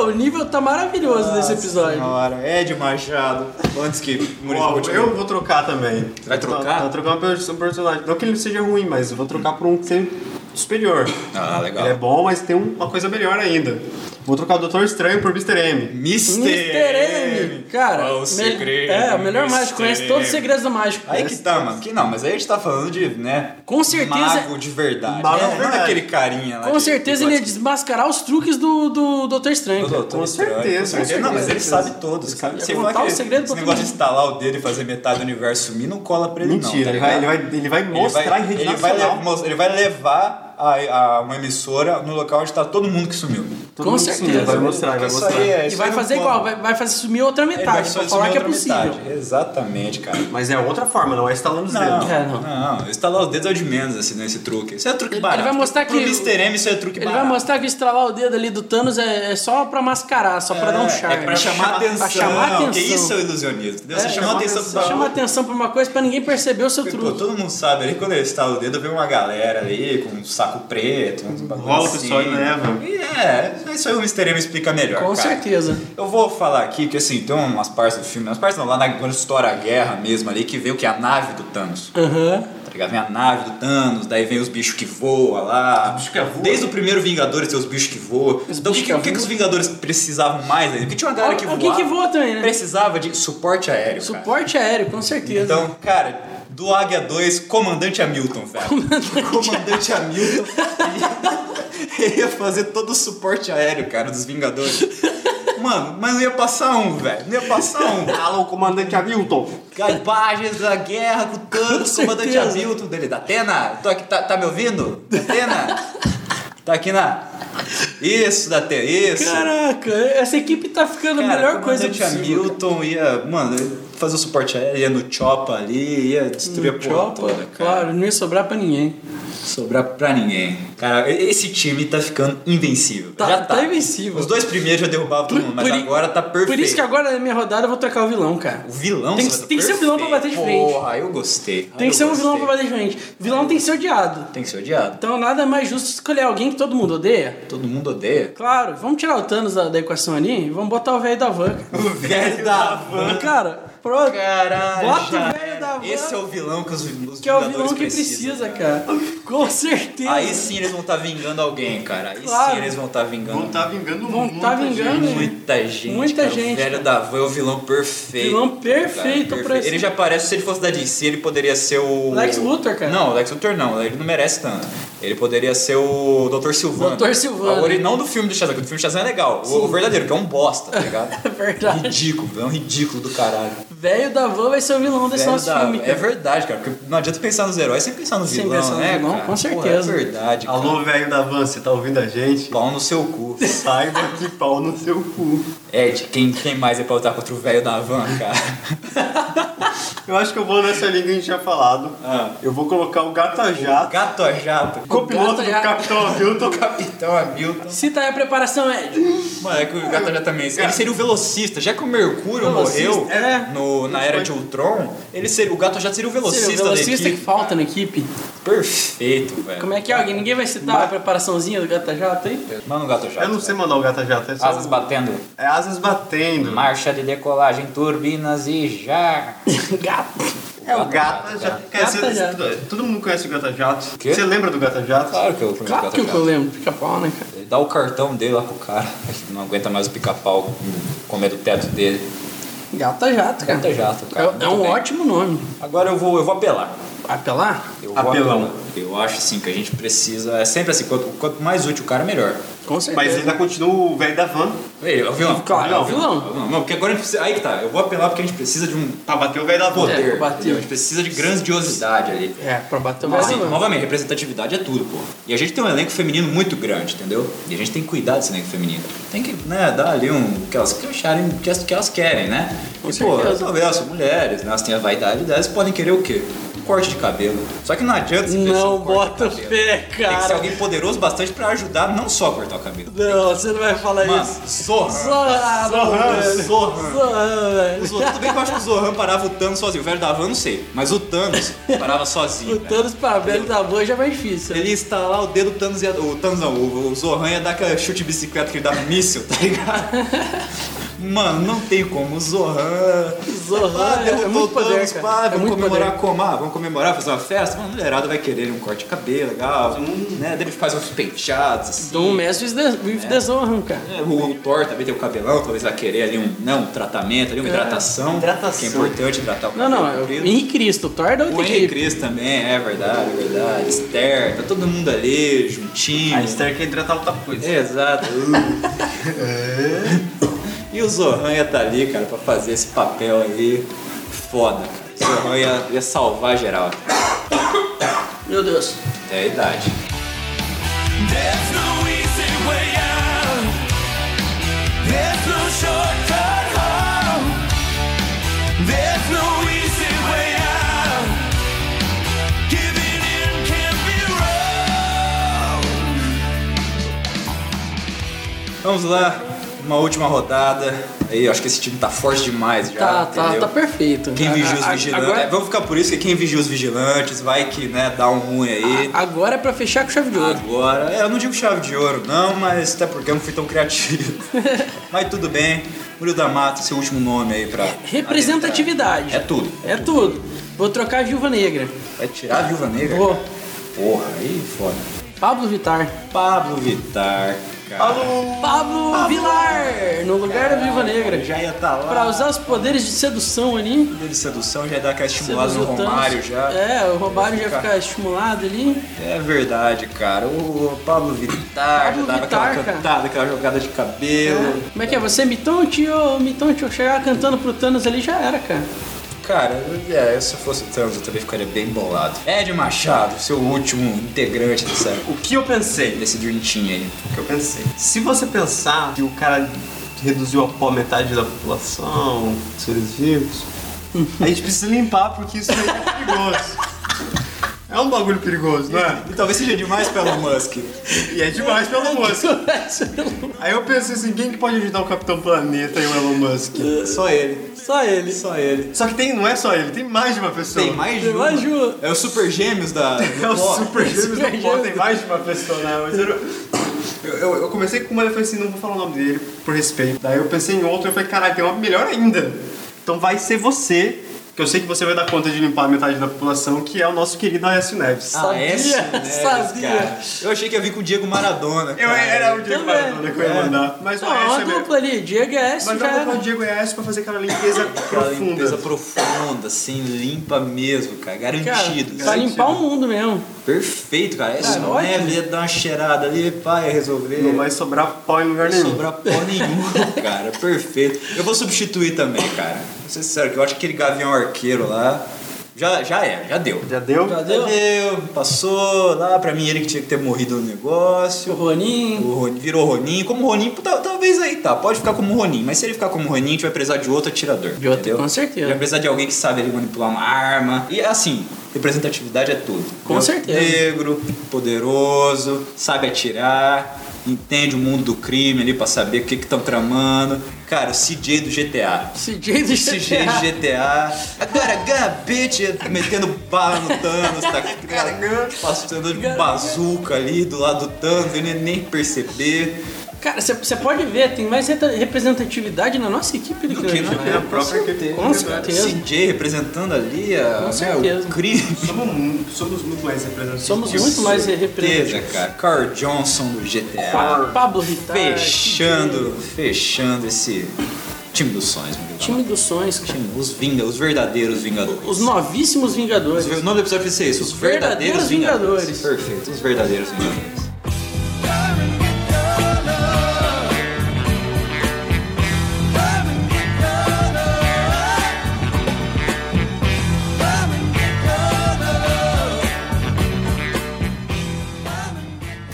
Speaker 2: o nível tá maravilhoso nesse episódio.
Speaker 1: Senhora, Ed Machado. Antes que Maurício
Speaker 3: Ó,
Speaker 1: continue.
Speaker 3: eu vou trocar também.
Speaker 1: Vai trocar?
Speaker 3: Vou trocar uma pessoa- um personagem. Não que ele seja ruim, mas eu vou trocar por um que seja superior.
Speaker 1: Ah, legal.
Speaker 3: Ele é bom, mas tem uma coisa melhor ainda. Vou trocar o Doutor Estranho por Mr. M.
Speaker 1: Mr.
Speaker 2: Mr. M, cara.
Speaker 1: Qual o
Speaker 2: me-
Speaker 1: segredo,
Speaker 2: é, o melhor
Speaker 1: Mr.
Speaker 2: mágico, conhece todos os
Speaker 1: M?
Speaker 2: segredos do mágico.
Speaker 1: Aí que tá, mano. Que não, mas aí a gente tá falando de, né?
Speaker 2: Com certeza-
Speaker 1: Mago de verdade. É,
Speaker 3: Mago
Speaker 1: não,
Speaker 3: de
Speaker 1: não
Speaker 3: verdade.
Speaker 1: daquele carinha lá.
Speaker 2: Com certeza ele é ia desmascarar os truques do, do Doutor Estranho. cara.
Speaker 1: Com
Speaker 3: certeza,
Speaker 1: com certeza. Não, mas ele
Speaker 3: certeza.
Speaker 1: sabe todos, cara.
Speaker 2: sabe.
Speaker 1: Você
Speaker 2: Ia
Speaker 1: falar
Speaker 2: contar
Speaker 1: que
Speaker 2: o segredo
Speaker 1: esse
Speaker 2: pra todo
Speaker 1: negócio de
Speaker 2: mundo.
Speaker 1: estalar o dedo e fazer metade do universo sumir não cola pra ele,
Speaker 3: Mentira,
Speaker 1: não.
Speaker 3: ele,
Speaker 1: tá
Speaker 3: vai,
Speaker 1: ligado?
Speaker 3: ele, vai, ele vai mostrar em rede
Speaker 1: ele vai,
Speaker 3: nacional.
Speaker 1: levar, ele vai levar a, a uma emissora no local onde tá todo mundo que sumiu.
Speaker 3: Todo
Speaker 2: Com
Speaker 3: mundo
Speaker 2: certeza.
Speaker 3: sumindo, Vai mostrar, vai
Speaker 1: Isso
Speaker 3: mostrar.
Speaker 1: aí é-
Speaker 2: E
Speaker 1: isso
Speaker 2: vai
Speaker 1: aí não
Speaker 2: fazer
Speaker 1: conta.
Speaker 2: igual, vai, vai fazer sumir outra
Speaker 1: Ele
Speaker 2: metade,
Speaker 1: vai
Speaker 2: pra
Speaker 1: só
Speaker 2: falar que é
Speaker 1: desumir
Speaker 2: possível.
Speaker 1: outra metade. Exatamente, cara.
Speaker 3: Mas é outra forma, não é estalando os
Speaker 1: Não,
Speaker 3: dedos.
Speaker 2: É, não.
Speaker 1: não. Estalar os dedos é o de menos assim, nesse truque. Isso é truque
Speaker 2: Ele-
Speaker 1: barato.
Speaker 2: ele vai mostrar
Speaker 1: Pro
Speaker 2: que-
Speaker 1: Mr. M, isso é truque
Speaker 2: Ele vai
Speaker 1: barato.
Speaker 2: mostrar que estralar o dedo ali do Thanos é, é só pra mascarar, só pra dar um charme.
Speaker 1: É pra chamar atenção.
Speaker 2: Pra chamar atenção.
Speaker 1: Porque isso é o ilusionismo. entendeu? Você
Speaker 2: É,
Speaker 1: chama
Speaker 2: chama
Speaker 1: atenção
Speaker 3: atenção.
Speaker 1: pra
Speaker 2: Só chama atenção pra uma coisa pra ninguém perceber o seu
Speaker 1: Pô,
Speaker 2: truque.
Speaker 1: todo mundo sabe ali, quando ele estala o dedo, vem uma galera ali com um saco preto, uns bagulho
Speaker 3: Rola o
Speaker 1: assim.
Speaker 3: pessoal e leva.
Speaker 1: E É, isso aí o Mr. M explica melhor,
Speaker 2: Com
Speaker 1: cara.
Speaker 2: certeza.
Speaker 1: Eu vou falar aqui que assim, tem umas partes do filme, umas partes não, lá na, quando estoura a guerra mesmo ali, que vê o que? A nave do Thanos.
Speaker 2: Aham.
Speaker 1: Tá ligado? Vem a nave do Thanos, daí vem os bichos que voam lá.
Speaker 3: bichos que voam.
Speaker 1: Desde o primeiro Vingadores tem os bichos que voam.
Speaker 2: Os
Speaker 1: então o que,
Speaker 2: bichos que
Speaker 1: que- o que que
Speaker 2: voam.
Speaker 1: os Vingadores precisavam mais ainda? Porque tinha uma galera que voava.
Speaker 2: Alguém que voa também, né?
Speaker 1: Precisava de suporte aéreo. cara.
Speaker 2: Suporte é. aéreo, com certeza.
Speaker 1: Então, cara, do Águia 2, Comandante Hamilton, velho. Comandante Hamilton. ele ia- Ele ia fazer todo o suporte aéreo, cara, dos Vingadores. Mano, mas não ia passar um, velho. Não ia passar um.
Speaker 3: Alô, comandante Hamilton.
Speaker 1: Gaibagens da guerra com tantos
Speaker 2: Com
Speaker 1: comandante
Speaker 2: certeza.
Speaker 1: Hamilton dele. Da Atena, tô aqui, tá, tá me ouvindo? Da Atena? tá aqui na. Isso, da Atena, isso.
Speaker 2: Caraca, essa equipe tá ficando a
Speaker 1: Cara,
Speaker 2: melhor coisa
Speaker 1: comandante
Speaker 2: possível.
Speaker 1: Hamilton ia, mano, ia fazer o suporte aéreo, ia no Choppa ali, ia destruir a porra
Speaker 2: Chopa,
Speaker 1: toda, né, cara.
Speaker 2: claro, não ia sobrar pra ninguém.
Speaker 1: Sobrar pra ninguém. Cara, esse time tá ficando invencível.
Speaker 2: Tá-
Speaker 1: já tá.
Speaker 2: tá invencível.
Speaker 1: Os dois primeiros já derrubavam todo mundo, mas
Speaker 2: Por i-
Speaker 1: agora tá perfeito.
Speaker 2: Por isso que agora na minha rodada eu vou trocar o vilão, cara.
Speaker 1: O vilão
Speaker 2: Tem que-
Speaker 1: você vai tá
Speaker 2: tem que ser o vilão pra
Speaker 1: perfeito.
Speaker 2: bater de frente.
Speaker 1: Porra, eu gostei.
Speaker 2: Tem
Speaker 1: Ah, Eu
Speaker 2: que ser um vilão pra
Speaker 1: gostei.
Speaker 2: bater de frente. Vilão tem que ser odiado.
Speaker 1: Tem que ser odiado.
Speaker 2: Então nada mais justo escolher alguém que todo mundo odeia.
Speaker 1: Todo mundo odeia.
Speaker 2: Claro, vamos tirar o Thanos da, da equação ali e vamos botar o velho da van.
Speaker 1: O velho da van.
Speaker 2: Cara, Pronto.
Speaker 1: Caralho.
Speaker 2: Bota o
Speaker 1: já
Speaker 2: velho
Speaker 1: era.
Speaker 2: da van.
Speaker 1: Esse é o vilão que os, os
Speaker 2: Que é o
Speaker 1: Vingadores
Speaker 2: vilão que
Speaker 1: precisam. né?
Speaker 2: precisa, cara. Com certeza.
Speaker 1: Aí sim eles vão estar vingando alguém, cara. Aí
Speaker 2: Claro.
Speaker 1: sim eles vão estar vingando.
Speaker 3: Vão tá vingando
Speaker 2: Vão
Speaker 3: muita
Speaker 2: tá vingando,
Speaker 3: gente.
Speaker 2: hein?
Speaker 1: Muita gente.
Speaker 2: Muita
Speaker 1: cara.
Speaker 2: gente,
Speaker 1: O velho da
Speaker 2: cara.
Speaker 1: van é o vilão perfeito.
Speaker 2: Vilão perfeito pra esse-
Speaker 1: Ele já parece, se ele fosse da DC, ele poderia ser o.
Speaker 2: Lex Luthor, cara.
Speaker 1: Não, Lex Luthor não, ele não merece tanto. Ele poderia ser o Dr. Silvano.
Speaker 2: Dr. Silvano.
Speaker 1: Agora, ele não do filme do Shazam, que o filme do Shazam é legal. O, o verdadeiro, que é um bosta, tá ligado?
Speaker 2: É verdade.
Speaker 1: ridículo, é um ridículo do caralho.
Speaker 2: Velho da van vai ser o vilão desse
Speaker 1: Velho
Speaker 2: nosso
Speaker 1: da-
Speaker 2: filme, cara.
Speaker 1: É verdade, cara, porque não adianta pensar nos heróis sem pensar no
Speaker 2: Sem
Speaker 1: vilão,
Speaker 2: pensar no
Speaker 1: né,
Speaker 2: vilão,
Speaker 1: cara?
Speaker 2: com
Speaker 1: Pô,
Speaker 2: certeza.
Speaker 1: é verdade, cara.
Speaker 3: Alô, velho da van, você tá ouvindo a gente?
Speaker 1: Pau no seu cu.
Speaker 3: Saiba que pau no seu cu.
Speaker 1: Ed, quem, quem mais é pra lutar contra o velho da van, cara?
Speaker 3: Eu acho que eu vou nessa linha que a gente tinha falado.
Speaker 1: Ah.
Speaker 3: Eu vou colocar o Gata Jato,
Speaker 1: Gato a jato.
Speaker 3: copiloto
Speaker 2: Gata
Speaker 3: do
Speaker 2: Jato.
Speaker 3: Capitão Hamilton.
Speaker 1: Capitão Hamilton.
Speaker 2: Cita tá aí a preparação, Ed.
Speaker 1: Mano, é que o Gato já também. Ele seria o velocista. Já que o Mercúrio
Speaker 2: Velocista,
Speaker 1: morreu
Speaker 2: é.
Speaker 1: no, na era de Ultron, ele seria, o Gato já seria o velocista,
Speaker 2: Seria o velocista
Speaker 1: da
Speaker 2: que
Speaker 1: equipe.
Speaker 2: falta na equipe.
Speaker 1: Perfeito, velho.
Speaker 2: Como é que é? Alguém, ninguém vai citar a preparaçãozinha do Gata Jato aí?
Speaker 1: Mano, um Gato já.
Speaker 3: Eu não sei mandar o Gata Jato, é só...
Speaker 1: Asas batendo.
Speaker 3: É asas batendo.
Speaker 1: Marcha de decolagem, turbinas e já.
Speaker 2: Gato.
Speaker 3: É o Gata
Speaker 1: já.
Speaker 3: Jato. Cara,
Speaker 2: Gata
Speaker 3: você-
Speaker 2: Jato.
Speaker 3: Todo mundo conhece o Gata Jato.
Speaker 1: Quê?
Speaker 3: Você lembra do Gata Jato?
Speaker 1: Claro que eu conheço o
Speaker 2: Claro
Speaker 1: Gato
Speaker 2: que
Speaker 1: Jato.
Speaker 2: eu lembro. Fica pau, né, cara?
Speaker 1: Ele dá o cartão dele lá pro cara. Ele não aguenta mais o pica-pau comendo o teto dele.
Speaker 2: Gata Jato, cara.
Speaker 1: Gata jato, cara.
Speaker 2: É, é um
Speaker 1: Muito bem.
Speaker 2: ótimo nome.
Speaker 1: Agora eu vou, eu vou apelar.
Speaker 2: Apelar?
Speaker 1: Eu
Speaker 3: Apelão.
Speaker 1: apelar. Eu acho sim que a gente precisa. É sempre assim, quanto, quanto mais útil o cara, melhor.
Speaker 2: Com certeza.
Speaker 3: Mas ainda continua o velho da van.
Speaker 1: Ei, é o vilão.
Speaker 2: Claro,
Speaker 1: Não,
Speaker 2: é o vilão.
Speaker 1: Não, não, porque agora a gente precisa. Aí que tá, eu vou apelar porque a gente precisa de um
Speaker 3: Pra bater Tá, o velho da van.
Speaker 2: É,
Speaker 1: poder.
Speaker 2: bateu.
Speaker 1: entendeu? a gente precisa de grandiosidade ali.
Speaker 2: É, pra bater o
Speaker 1: Mas, assim,
Speaker 2: Brasil.
Speaker 1: novamente, representatividade é tudo, pô. E a gente tem um elenco feminino muito grande, entendeu? E a gente tem que cuidar desse elenco feminino. Tem que, né, dar ali um. que elas que acharem que elas, que elas querem, né?
Speaker 2: Com
Speaker 1: e, pô,
Speaker 2: certeza.
Speaker 1: talvez elas são mulheres, né? Elas têm a vaidade delas podem querer o quê? Um corte de cabelo. Só que não adianta você
Speaker 2: Não bota
Speaker 1: bota
Speaker 2: fé,
Speaker 1: Tem que ser
Speaker 2: cara.
Speaker 1: alguém poderoso bastante pra ajudar, não só a cortar o cabelo.
Speaker 2: Não, você não vai falar
Speaker 1: Mano,
Speaker 2: isso.
Speaker 1: Zohan.
Speaker 2: Zorra,
Speaker 3: Zohan,
Speaker 2: velho.
Speaker 1: Zohan.
Speaker 2: Zohan, Ah, velho.
Speaker 1: O Zohan- Tudo bem que eu acho que o Zohan parava o Thanos sozinho. O velho da van, não sei. Mas o Thanos parava sozinho. né?
Speaker 2: O
Speaker 1: velho.
Speaker 2: Thanos pra velho da boa já é mais difícil.
Speaker 1: Ele ia instalar o dedo, o Thanos ia. O Thanos não, o, o Zohan ia dar aquele chute de bicicleta que ele dá no míssil, tá ligado? Mano, não tem como. O Zohan. Ah,
Speaker 2: Zohan é- é muito poder, cara.
Speaker 1: pá,
Speaker 2: É
Speaker 1: vamos
Speaker 2: muito
Speaker 1: comemorar
Speaker 2: poder.
Speaker 1: comar, vamos comemorar, fazer uma festa. Mano, a mulherada vai querer um corte de cabelo legal, né? Deve fazer uns penteados, assim.
Speaker 2: Dom Mestre vive de Zohan, cara.
Speaker 1: É, O, o Thor também tem o cabelão, talvez vai querer ali um, né, um tratamento, ali uma hidratação.
Speaker 3: hidratação.
Speaker 1: Que é importante hidratar o
Speaker 2: É, Não,
Speaker 1: cabelo.
Speaker 2: não, é o Henrique Cristo. O Thor é da
Speaker 1: O
Speaker 2: outra
Speaker 1: Henry
Speaker 2: equipe.
Speaker 1: Cris também, é verdade, é verdade. Esther, tá todo mundo ali, juntinho.
Speaker 3: A Esther quer hidratar outra coisa.
Speaker 1: Exato. E o Zohan ia tá ali, cara, pra fazer esse papel aí. Foda, cara. O Zohan ia, ia salvar geral.
Speaker 2: Meu Deus.
Speaker 1: É a idade.
Speaker 4: There's no easy way out. There's no shortcut home. There's no easy way out. Giving in can be wrong.
Speaker 1: Vamos lá, uma última rodada. Aí, eu acho que esse time tá forte demais já.
Speaker 2: Tá, tá,
Speaker 1: entendeu?
Speaker 2: tá perfeito.
Speaker 1: Quem vigia os
Speaker 2: A- a-
Speaker 1: vigilantes.
Speaker 2: agora-
Speaker 1: é, vamos ficar por isso que quem vigia os vigilantes vai que, né, dá um ruim aí.
Speaker 2: Agora é pra fechar com chave de ouro.
Speaker 1: Agora, é, eu não digo chave de ouro, não, mas até porque eu não fui tão criativo. mas tudo bem. Murilo da Mata, seu último nome aí pra.
Speaker 2: Representatividade.
Speaker 1: É tudo.
Speaker 2: É tudo. Vou trocar a Viúva Negra.
Speaker 1: Vai tirar a Viúva Negra?
Speaker 2: Vou.
Speaker 1: cara? Porra, aí foda.
Speaker 2: Pablo Vittar.
Speaker 1: Pablo Vittar, cara.
Speaker 2: Pablo Vilar! No lugar da Viúva Negra.
Speaker 1: Já ia tá lá.
Speaker 2: Pra usar os poderes de sedução ali.
Speaker 1: De sedução, já ia dar aquela estimulada
Speaker 2: Seduzir
Speaker 1: no
Speaker 2: o Thanos.
Speaker 1: Romário já.
Speaker 2: É, o Romário já
Speaker 1: Ficar-
Speaker 2: fica estimulado ali.
Speaker 1: É verdade, cara. O Pablo Vittar
Speaker 2: Pablo
Speaker 1: já dava
Speaker 2: Vittar,
Speaker 1: aquela
Speaker 2: cara.
Speaker 1: cantada, aquela jogada de cabelo.
Speaker 2: Como é que é? Você mitonte ou mitonte? Eu chegar cantando pro Thanos ali já era, cara.
Speaker 1: Cara, é, se eu fosse o Thanos, eu também ficaria bem bolado. Ed Machado, seu último integrante dessa,
Speaker 3: O que eu pensei?
Speaker 1: desse Dream Team aí.
Speaker 3: O que eu pensei? Se você pensar que o cara reduziu a pó metade da população, seres vivos, a gente precisa limpar porque isso é muito perigoso. É um bagulho perigoso, não é?
Speaker 1: "Ah, E talvez seja demais pra Elon Musk.
Speaker 3: E é demais pelo Elon Musk. Aí eu pensei assim, quem que pode ajudar o Capitão Planeta e o Elon Musk?
Speaker 1: Só ele.
Speaker 2: Só ele.
Speaker 1: Só ele.
Speaker 3: Só que tem, não é só ele, tem mais de uma pessoa.
Speaker 1: Tem mais de
Speaker 2: Tem mais
Speaker 1: uma.
Speaker 2: de uma.
Speaker 1: É o Super Gêmeos da.
Speaker 3: É o Super Gêmeos
Speaker 2: Super
Speaker 3: do Pó, tem
Speaker 2: Gêmeos.
Speaker 3: mais de uma pessoa, né? Mas eu, não- eu, eu- eu comecei com uma e eu falei assim, não vou falar o nome dele, por respeito. Daí eu pensei em outro e eu falei, caralho, tem uma melhor ainda. Então vai ser você, que eu sei que você vai dar conta de limpar metade da população, que é o nosso querido Aécio Neves.
Speaker 1: Ah, é?
Speaker 2: Sabia, sabia.
Speaker 1: Cara. Eu achei que ia vir com o Diego Maradona.
Speaker 3: eu
Speaker 1: cara.
Speaker 3: era um o Diego
Speaker 2: tá. também.
Speaker 3: Maradona que eu ia mandar. Mas o
Speaker 2: Não, é
Speaker 3: Aécio
Speaker 2: uma
Speaker 3: é mesmo.
Speaker 2: dupla é ali, Diego e S
Speaker 3: Mas
Speaker 2: já
Speaker 3: vai
Speaker 2: era.
Speaker 3: colocar o Diego e Aécio pra fazer aquela limpeza
Speaker 1: Aquela
Speaker 3: profunda.
Speaker 1: limpeza profunda, assim, limpa mesmo, cara.
Speaker 2: Cara,
Speaker 1: Garantido.
Speaker 2: pra
Speaker 1: assim.
Speaker 3: garantido.
Speaker 2: limpar o mundo mesmo.
Speaker 1: Perfeito, cara. Essa
Speaker 2: Cara, ótimo.
Speaker 1: neve ia dar uma cheirada ali, pá, ia resolver.
Speaker 3: Não vai sobrar pó em lugar
Speaker 1: Não
Speaker 3: nenhum.
Speaker 1: sobrar pó nenhum, cara. Perfeito. Eu vou substituir também, cara. Vou ser sincero, que eu acho que aquele gavião arqueiro lá. Já, já é, já deu.
Speaker 3: Já deu?
Speaker 2: Já deu?
Speaker 1: passou lá, pra mim ele que tinha que ter morrido no negócio.
Speaker 2: O Roninho.
Speaker 1: O Ronin, virou Ronin. Como Ronin, tal- talvez aí tá. Pode ficar como Ronin. Mas se ele ficar como Ronin, a gente vai precisar de outro atirador.
Speaker 2: De outro,
Speaker 1: entendeu?
Speaker 2: com certeza.
Speaker 1: Vai precisar de alguém que sabe ali manipular uma arma. E assim, representatividade é tudo.
Speaker 2: Com
Speaker 1: entendeu?
Speaker 2: certeza.
Speaker 1: Negro, poderoso, sabe atirar, entende o mundo do crime ali pra saber o que que estão tramando. Cara, o CJ do GTA.
Speaker 2: CJ do
Speaker 1: CJ do
Speaker 2: GTA.
Speaker 1: GTA. Agora Gabete metendo bala no Thanos, tá ligado? Passando de bazuca ali do lado do Thanos, ele nem perceber.
Speaker 2: Cara, você pode ver, tem mais reta- representatividade na nossa equipe do,
Speaker 1: Do que
Speaker 2: na
Speaker 1: na
Speaker 3: É a própria equipe.
Speaker 2: Com certeza.
Speaker 1: CJ representando ali a,
Speaker 2: Com
Speaker 1: né,
Speaker 2: certeza.
Speaker 1: o crime.
Speaker 3: Somos, mu- somos muito mais representativos.
Speaker 2: Somos muito mais
Speaker 1: Certeza,
Speaker 2: representativos.
Speaker 1: cara. Carl Johnson do GTA.
Speaker 2: Pa- Pablo Vittar.
Speaker 1: Fechando, fechando esse time dos sonhos, meu
Speaker 2: Time dos sonhos, cara.
Speaker 1: Time- Os vinga, os verdadeiros vingadores.
Speaker 2: Os novíssimos Vingadores.
Speaker 1: O nome do episódio vai ser isso, os verdadeiros,
Speaker 2: Verdadeiros
Speaker 1: vingadores.
Speaker 2: Vingadores.
Speaker 1: Perfeito, os verdadeiros vingadores.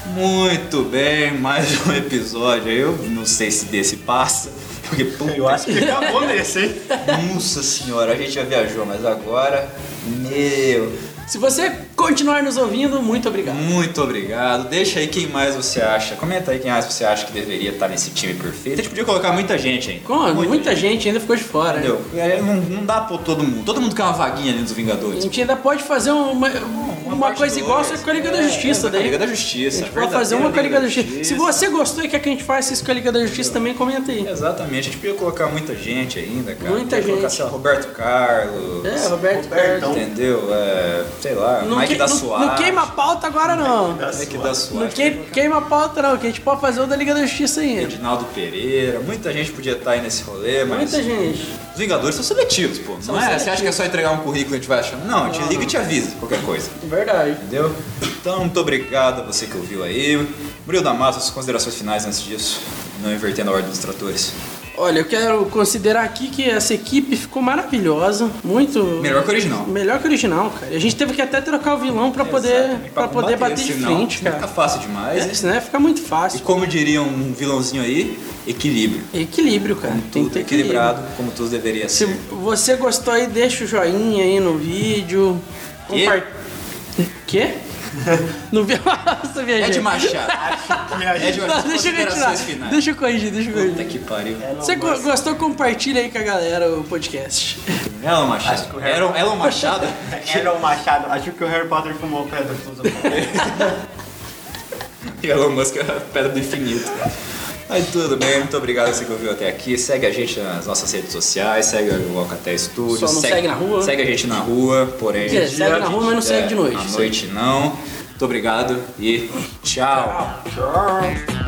Speaker 1: Muito bem, mais um episódio. Eu não sei se desse passa, porque pô, eu acho que
Speaker 3: Acabou nesse, hein?
Speaker 1: nossa senhora, a gente já viajou, mas agora, meu,
Speaker 2: Se você continuar nos ouvindo, muito obrigado.
Speaker 1: muito obrigado. Deixa aí quem mais você acha. Comenta aí quem mais você acha que deveria estar nesse time perfeito. A gente podia colocar muita gente ainda.
Speaker 2: Com, muita gente ainda ficou de fora. né?
Speaker 1: Entendeu? É, Não, não dá pra todo mundo. Todo mundo quer uma vaguinha ali nos
Speaker 2: A
Speaker 1: Vingadores.
Speaker 2: gente ainda pode fazer uma, uma,
Speaker 1: parte
Speaker 2: coisa
Speaker 1: dois.
Speaker 2: igual, só que com a Liga da
Speaker 1: É,
Speaker 2: Justiça
Speaker 1: é,
Speaker 2: daí.
Speaker 1: com a Liga da Justiça,
Speaker 2: A gente pode fazer uma com a Liga da Justiça. Se você gostou e quer que a gente faça isso com a Liga da Justiça, também comenta aí.
Speaker 1: Exatamente, a gente podia colocar muita gente ainda, cara.
Speaker 2: Muita
Speaker 1: Podia Colocar,
Speaker 2: gente.
Speaker 1: sei lá, Roberto Carlos.
Speaker 2: É, Roberto
Speaker 3: Robertão.
Speaker 2: Carlos.
Speaker 1: Entendeu? É, sei lá,
Speaker 2: Não,
Speaker 1: Mike
Speaker 2: que-
Speaker 1: da
Speaker 2: não-
Speaker 1: Suave.
Speaker 2: não queima a pauta agora, não.
Speaker 1: Mike da Suave.
Speaker 2: Não que- queima a pauta, não, que a gente pode fazer o da Liga da Justiça ainda.
Speaker 1: Edinaldo Pereira, muita gente podia estar aí nesse rolê, mas.
Speaker 2: Muita gente.
Speaker 1: Os Vingadores são seletivos, pô. Não é? Você acha que é só entregar um currículo e a gente vai achando? Não, a gente liga e te avisa qualquer coisa.
Speaker 2: Verdade.
Speaker 1: Entendeu? Então, muito obrigado a você que ouviu aí. Murilo da Massa, suas considerações finais antes disso. Não invertendo a ordem dos tratores.
Speaker 2: Olha, eu quero considerar aqui que essa equipe ficou maravilhosa, muito
Speaker 1: Melhor que o original.
Speaker 2: melhor que o original, cara. A gente teve que até trocar o vilão pra poder
Speaker 1: Exatamente,
Speaker 2: para poder
Speaker 1: combater,
Speaker 2: bater de
Speaker 1: senão
Speaker 2: frente,
Speaker 1: Fica
Speaker 2: cara.
Speaker 1: fácil demais.
Speaker 2: É, senão ia ficar muito
Speaker 1: E
Speaker 2: fácil.
Speaker 1: como diria um vilãozinho aí, equilíbrio.
Speaker 2: Equilíbrio, cara. Tem que
Speaker 1: Tudo
Speaker 2: ter
Speaker 1: equilibrado, como tudo deveria
Speaker 2: Se
Speaker 1: ser.
Speaker 2: você gostou aí, deixa o joinha aí no vídeo.
Speaker 1: Quê?
Speaker 2: Quê? Não vi. Nossa, viajei.
Speaker 1: É de Machado.
Speaker 3: E aí,
Speaker 1: É de
Speaker 2: Não,
Speaker 1: Machado.
Speaker 2: deixa eu
Speaker 1: Considerações
Speaker 2: retirar.
Speaker 1: finais.
Speaker 2: Deixa eu corrigir, deixa eu
Speaker 1: Puta
Speaker 2: corrigir.
Speaker 1: que pariu.
Speaker 2: Você go- gostou, compartilha aí com a galera o podcast.
Speaker 1: Elon Machado. Elon, é Elon Machado?
Speaker 3: Elon Machado, acho que o Harry Potter fumou pedra toda
Speaker 1: Elon Musk é a pedra do infinito. Aí tudo bem, muito obrigado a você que ouviu até aqui. Segue a gente nas nossas redes sociais, segue o Alcatel Studio.
Speaker 2: Só não segue na rua.
Speaker 1: Segue a gente na rua, porém.
Speaker 2: Quer dizer, segue na rua, mas não
Speaker 1: é,
Speaker 2: segue de noite.
Speaker 1: À noite não. Muito obrigado e tchau.
Speaker 3: Tchau.